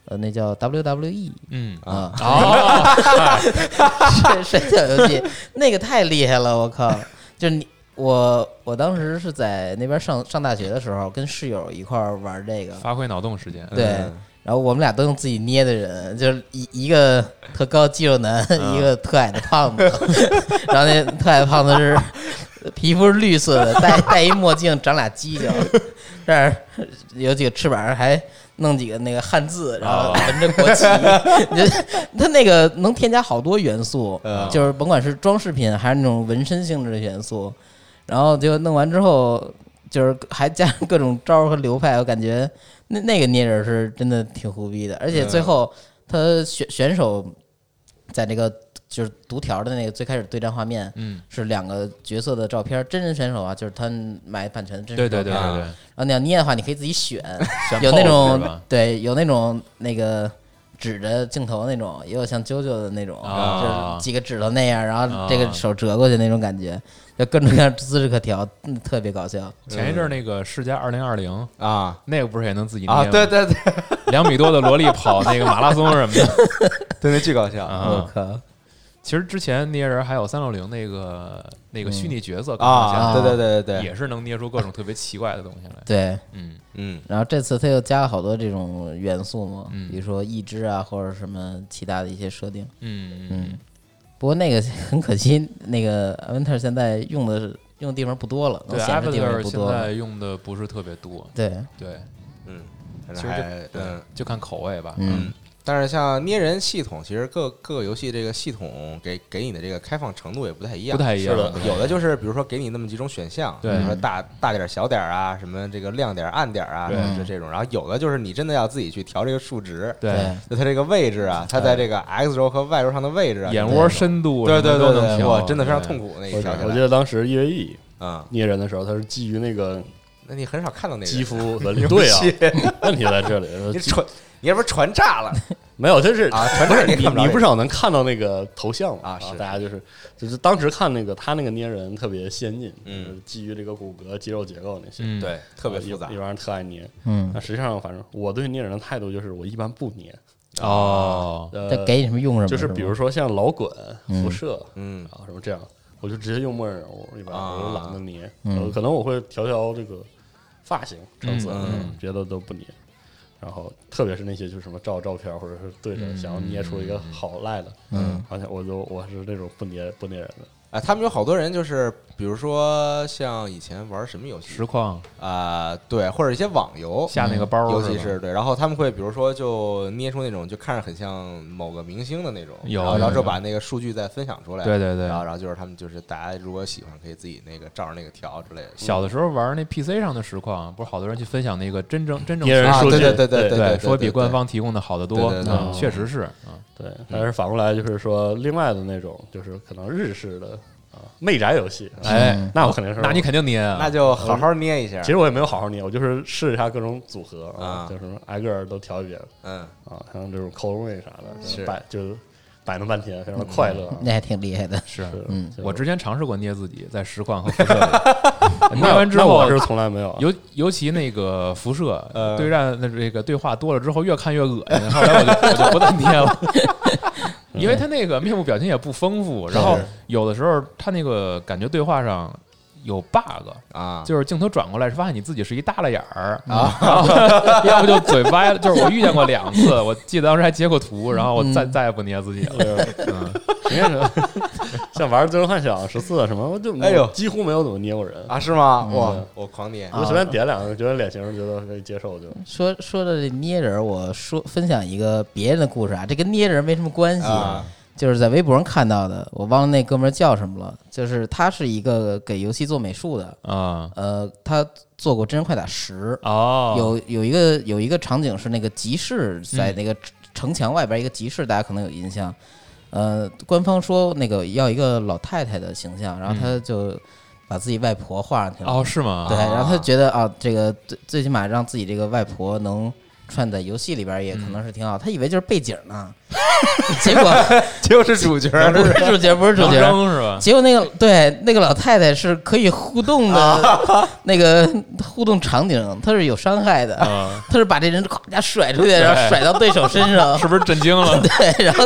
S6: 呃，那叫 WWE
S5: 嗯
S6: 啊， *laughs*
S5: 哦，
S6: 摔摔跤游戏， *laughs* 那个太厉害了，我靠！就是你我我当时是在那边上上大学的时候，跟室友一块儿玩这个，
S5: 发挥脑洞时间。
S6: 对
S3: 嗯
S6: 然后我们俩都用自己捏的人，就是一一个特高肌肉男，一个特矮的胖子。 *laughs* 然后那特矮的胖子是皮肤是绿色的，戴戴一墨镜，长俩犄角， *laughs* 这儿有几个翅膀，还弄几个那个汉字，然后
S5: 哦
S6: 纹着国
S5: *laughs*
S6: 旗。你就它那个能添加好多元素，
S3: 嗯
S6: 就是甭管是装饰品还是那种纹身性质的元素。然后就弄完之后，就是还加上各种招儿和流派，我感觉那那个捏人是真的挺胡逼的，而且最后他选选手在这个就是读条的那个最开始对战画面
S5: 嗯，
S6: 是两个角色的照片，真人选手啊，就是他们买版权的真人
S5: 对对对
S6: 照片
S5: 对
S3: 啊
S5: 对，
S6: 然后你要捏的话，你可以自己选，
S5: *laughs* 选
S6: 有那
S5: pose 是
S6: 种
S5: 吧
S6: 对，有那种那个指着镜头那种，也有像啾啾的那种，
S5: 啊
S6: 就是几个指头那样，然后这
S5: 啊
S6: 个手折过去那种感觉，就各种各样姿势可调，嗯特别搞笑。
S5: 前一阵儿那个世嘉二零二零，
S3: 啊
S5: 那个不是也能自己捏
S3: 啊！
S5: 吗
S3: 对对对
S5: 两米多的萝莉跑那个马拉松什么
S6: *laughs*
S5: 的
S3: *laughs* 对，那巨搞笑
S6: 我
S5: 啊。
S6: 靠，
S5: 其实之前捏人还有三六零那个那个虚拟角色
S3: 嗯啊！对对对对对，
S5: 也是能捏出各种特别奇怪的东西来。
S6: 对，
S5: 嗯
S3: 嗯
S6: 然后这次他又加了好多这种元素嘛，
S5: 嗯
S6: 比如说意志啊，或者什么其他的一些设定。
S5: 嗯
S6: 嗯，不过那个 *laughs* 很可惜，那个阿文特现在用的是用的地方不多了，能
S5: 对
S6: 显示地方也
S5: ，Apple
S6: 不
S5: 现
S6: 多了
S5: 在。用的不是特别多，
S6: 对，
S5: 对，
S3: 嗯，
S5: 其
S3: 其
S5: 实
S3: 实
S5: 就
S3: 嗯
S5: 对，就看口味吧。
S6: 嗯，
S3: 嗯，但是像捏人系统，其实各各个游戏这个系统给给你的这个开放程度也不太一样，
S5: 不太一样
S3: 是的
S5: 对
S3: 有的就是比如说给你那么几种选项，
S5: 对
S3: 比如说大大点儿小点儿啊，什么这个亮点儿暗点儿啊，
S5: 对
S3: 就这种。然后有的就是你真的要自己去调这个数值，
S5: 对，
S3: 就它这个位置啊，它在这个 x 轴和 y 轴上的位置啊，
S5: 眼窝深度
S3: 对对
S5: 什么
S3: 对
S5: 都
S3: 对，
S5: 能调
S3: 哇，真的非常
S5: 对
S3: 痛苦那一
S7: 我
S3: 条下
S7: 我
S3: 来，
S7: 记得当时 EVE
S3: 嗯，
S7: 捏人的时候，它是基于那个
S3: 那你很少看到那个
S7: 肌
S3: 人
S7: 肤纹理。对
S3: 游戏
S7: 啊， *laughs* 问题在这里。
S3: 你传，你要不然传炸 *laughs* 了
S7: 没有，就是
S3: 啊传
S7: 不
S3: 这儿
S7: 是
S3: 你也
S7: 你
S3: 看不着
S7: 你
S3: 这个
S7: 不少能看到那个头像嘛
S3: 啊
S7: 然后
S3: 是
S7: 大家就是就是当时看那个他那个捏人特别先进，
S3: 嗯
S7: 就是基于这个骨骼肌肉结构那些，
S5: 嗯，
S3: 对，特别复杂
S7: 一，帮人特爱捏。
S6: 嗯
S7: 那，实际上，反正我对捏人的态度就是，我一般不捏。
S5: 哦，
S7: 呃
S6: 他，给你什么用什么，
S7: 就是比如
S6: 吗
S7: 说像老滚、
S6: 嗯
S7: 辐射，
S3: 嗯
S7: 然后啊什么这样，我就直接用默认人物，一般
S3: 啊
S7: 我就懒得捏。
S6: 嗯
S7: 呃可能我会调调这个发型、成色
S3: 嗯，
S7: 别的都不捏。然后，特别是那些就是什么照照片，或者是对
S3: 嗯
S7: 着想要捏出一个好赖的，
S6: 嗯，
S7: 好像我就我是那种不捏不捏人的。
S3: 啊，他们有好多人就是，比如说像以前玩什么游戏
S5: 实况
S3: 啊、对，或者一些网游，
S5: 下那个包儿
S3: 嗯
S5: 吧，
S3: 尤其是对，然后他们会比如说就捏出那种就看着很像某个明星的那种，
S5: 有
S3: 然啊后然后
S5: 有
S3: 就
S5: 有
S3: 把那个数据再分享出来，
S5: 对对对
S3: 然后然后就是他们就是大家如果喜欢可以自己那个照着那个调之类的，
S5: 小的时候玩那 PC 上的实况，不是好多人去分享那个真正真正
S7: 别人
S5: 实
S3: 啊，
S5: 况
S7: 数
S3: 对
S7: 据
S3: 对对对
S7: 对
S5: 对
S3: 对，
S5: 说比官
S3: 对
S5: 方提供的好得多，
S3: 对对对
S5: 嗯
S7: 对
S5: 确实是啊，
S7: 对，但是反过来就是说，另外的那种就是可能日式的啊媚宅游戏，
S5: 哎，
S7: 那我肯定是
S5: 那你肯定捏啊，
S3: 那就好好捏一下
S7: 其，实我也没有好好捏，我就是试一下各种组合
S3: 啊
S7: 就是挨个儿都调一遍
S3: 嗯，
S7: 啊，像这种扣东西啥的，
S3: 是
S7: 摆就摆弄半天，非常的快乐啊。
S6: 那还挺厉害的。
S5: 是
S7: 是
S6: 嗯
S7: 就
S5: 我之前尝试过捏自己，在实况和辐射里，捏
S7: *laughs* 那
S5: 完之
S7: 那
S5: 后
S7: 我，是从来没有啊，
S5: 尤尤其那个辐射
S3: 呃
S5: 对战的这个对话多了之后，越看越恶心，后来我就我就不再捏了， *laughs* 因为他那个面部表情也不丰富，然后有的时候他那个感觉对话上有 bug，
S3: 啊，
S5: 就是镜头转过来是发现你自己是一耷拉眼儿啊，然后要不就嘴歪了，就是我遇见过两次，我记得当时还截过图，然后我再
S6: 嗯
S5: 再也不捏自
S6: *laughs*
S5: 己了，
S7: 啊
S5: 嗯
S7: 你看这像玩《最终幻想十四》啊什么，我就没有
S3: 哎呦
S7: 几乎没有怎么捏过人。
S3: 啊是吗？哇
S7: 嗯，
S3: 我狂捏，
S7: 我随便点两个，觉得脸型觉得可以接受就。
S6: 说说的这捏人儿，我说分享一个别人的故事啊，这跟捏人没什么关系，
S3: 啊 *laughs*
S6: 就是在微博上看到的，我忘了那哥们儿叫什么了。就是他是一个给游戏做美术的，
S5: 啊
S6: 呃，他做过《真人快打十》
S5: 哦，
S6: 有有一个有一个场景是那个集市在
S7: 嗯
S6: 那个城墙外边一个集市，大家可能有印象。呃，官方说那个要一个老太太的形象，然后
S7: 嗯
S6: 他就把自己外婆画上去了。
S5: 哦是吗？
S6: 对，
S3: 啊
S6: 然后他觉得啊，这个最最起码让自己这个外婆能串在游戏里边，也可能是挺好。他以为就是背景 *laughs* 呢，结果
S3: 就是主 *laughs* 角儿，
S6: 不是主角，不是主
S5: 长
S6: 角，
S5: 征是吧？
S6: *laughs* 结果那个对那个老太太是可以互动的， *laughs* 那个互动场景她是有伤害的，
S5: 嗯
S6: 她是把这人咵一下甩出去，然后甩到啊对手身上
S5: 是。不是震惊了？
S6: *laughs* 对，然后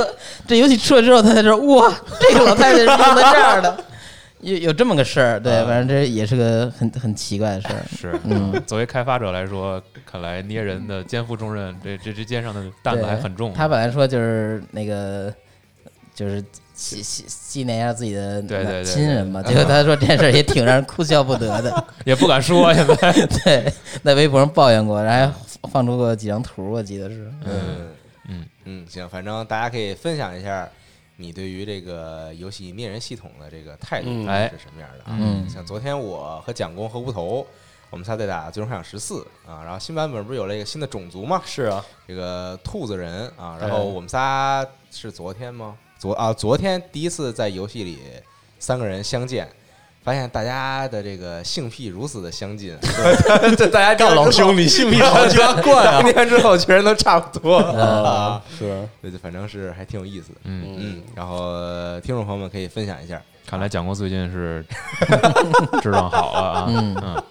S6: 这游戏出来之后，她才知道哇，这个老太太是弄在这儿的，有有这么个事儿。对，反正这也是个很很奇怪的事儿。
S5: 是，
S6: 嗯，
S5: 作为开发者来说，看来捏人的肩负重任，这这这肩上的担子
S6: 对
S5: 还很重。
S6: 她本来说就是那个就是。纪纪纪念一下自己的
S5: 对对对
S6: 亲人嘛，结果她说这件事儿也挺让人哭笑不得的。
S5: 也不敢说，现在
S6: 对，在微博上抱怨过，然后还放出过几张图，我记得是。
S3: 嗯
S5: 嗯
S3: 嗯，行，反正大家可以分享一下你对于这个游戏捏人系统的这个态度
S7: 嗯
S5: 哎
S3: 是什么样的啊？
S6: *laughs* 嗯
S3: 像昨天我和蒋工和无头，我们仨在打《最终幻想十四》啊，然后新版本不是有了一个新的种族吗？
S7: 是啊，
S5: 哎
S3: 这个兔子人啊，
S7: 对
S3: 然后我们仨是昨天吗？昨啊昨天第一次在游戏里三个人相见，发现大家的这个性癖如此的相 *laughs* 近，这大家
S7: 干老兄，
S3: *laughs*
S7: 你性癖好奇怪啊！
S3: 当天之后全都差不多啊，
S7: 是，
S3: 对，反正是还挺有意思的。
S5: 嗯，
S3: 嗯，然后呃听众朋友们可以分享一下，
S5: 看来蒋哥最近是 *laughs* 质量好了啊。
S6: 嗯
S5: 嗯，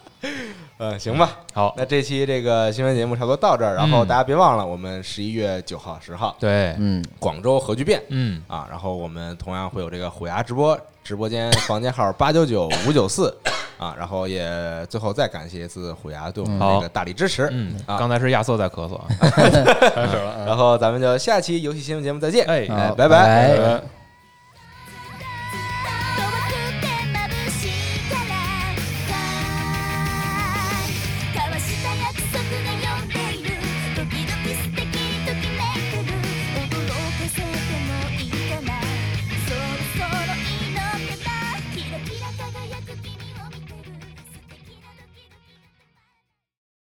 S3: 呃，行吧，
S5: 好，
S3: 那这期这个新闻节目差不多到这儿，然后
S5: 嗯
S3: 大家别忘了，我们十一月九号、十号
S5: 对，
S6: 嗯，
S3: 广州核聚变
S5: 嗯，
S3: 啊，然后我们同样会有这个虎牙直播，直播间房间号八九九五九四啊，然后也最后再感谢一次虎牙对我们这
S5: 好
S3: 个大力支持，
S5: 嗯，
S3: 啊
S5: 刚才是亚瑟在咳嗽啊。
S7: 开始了啊。
S3: 然后咱们就下期游戏新闻节目再见，
S5: 哎
S3: 哎，
S6: 好
S3: 拜拜
S6: 拜
S7: 拜拜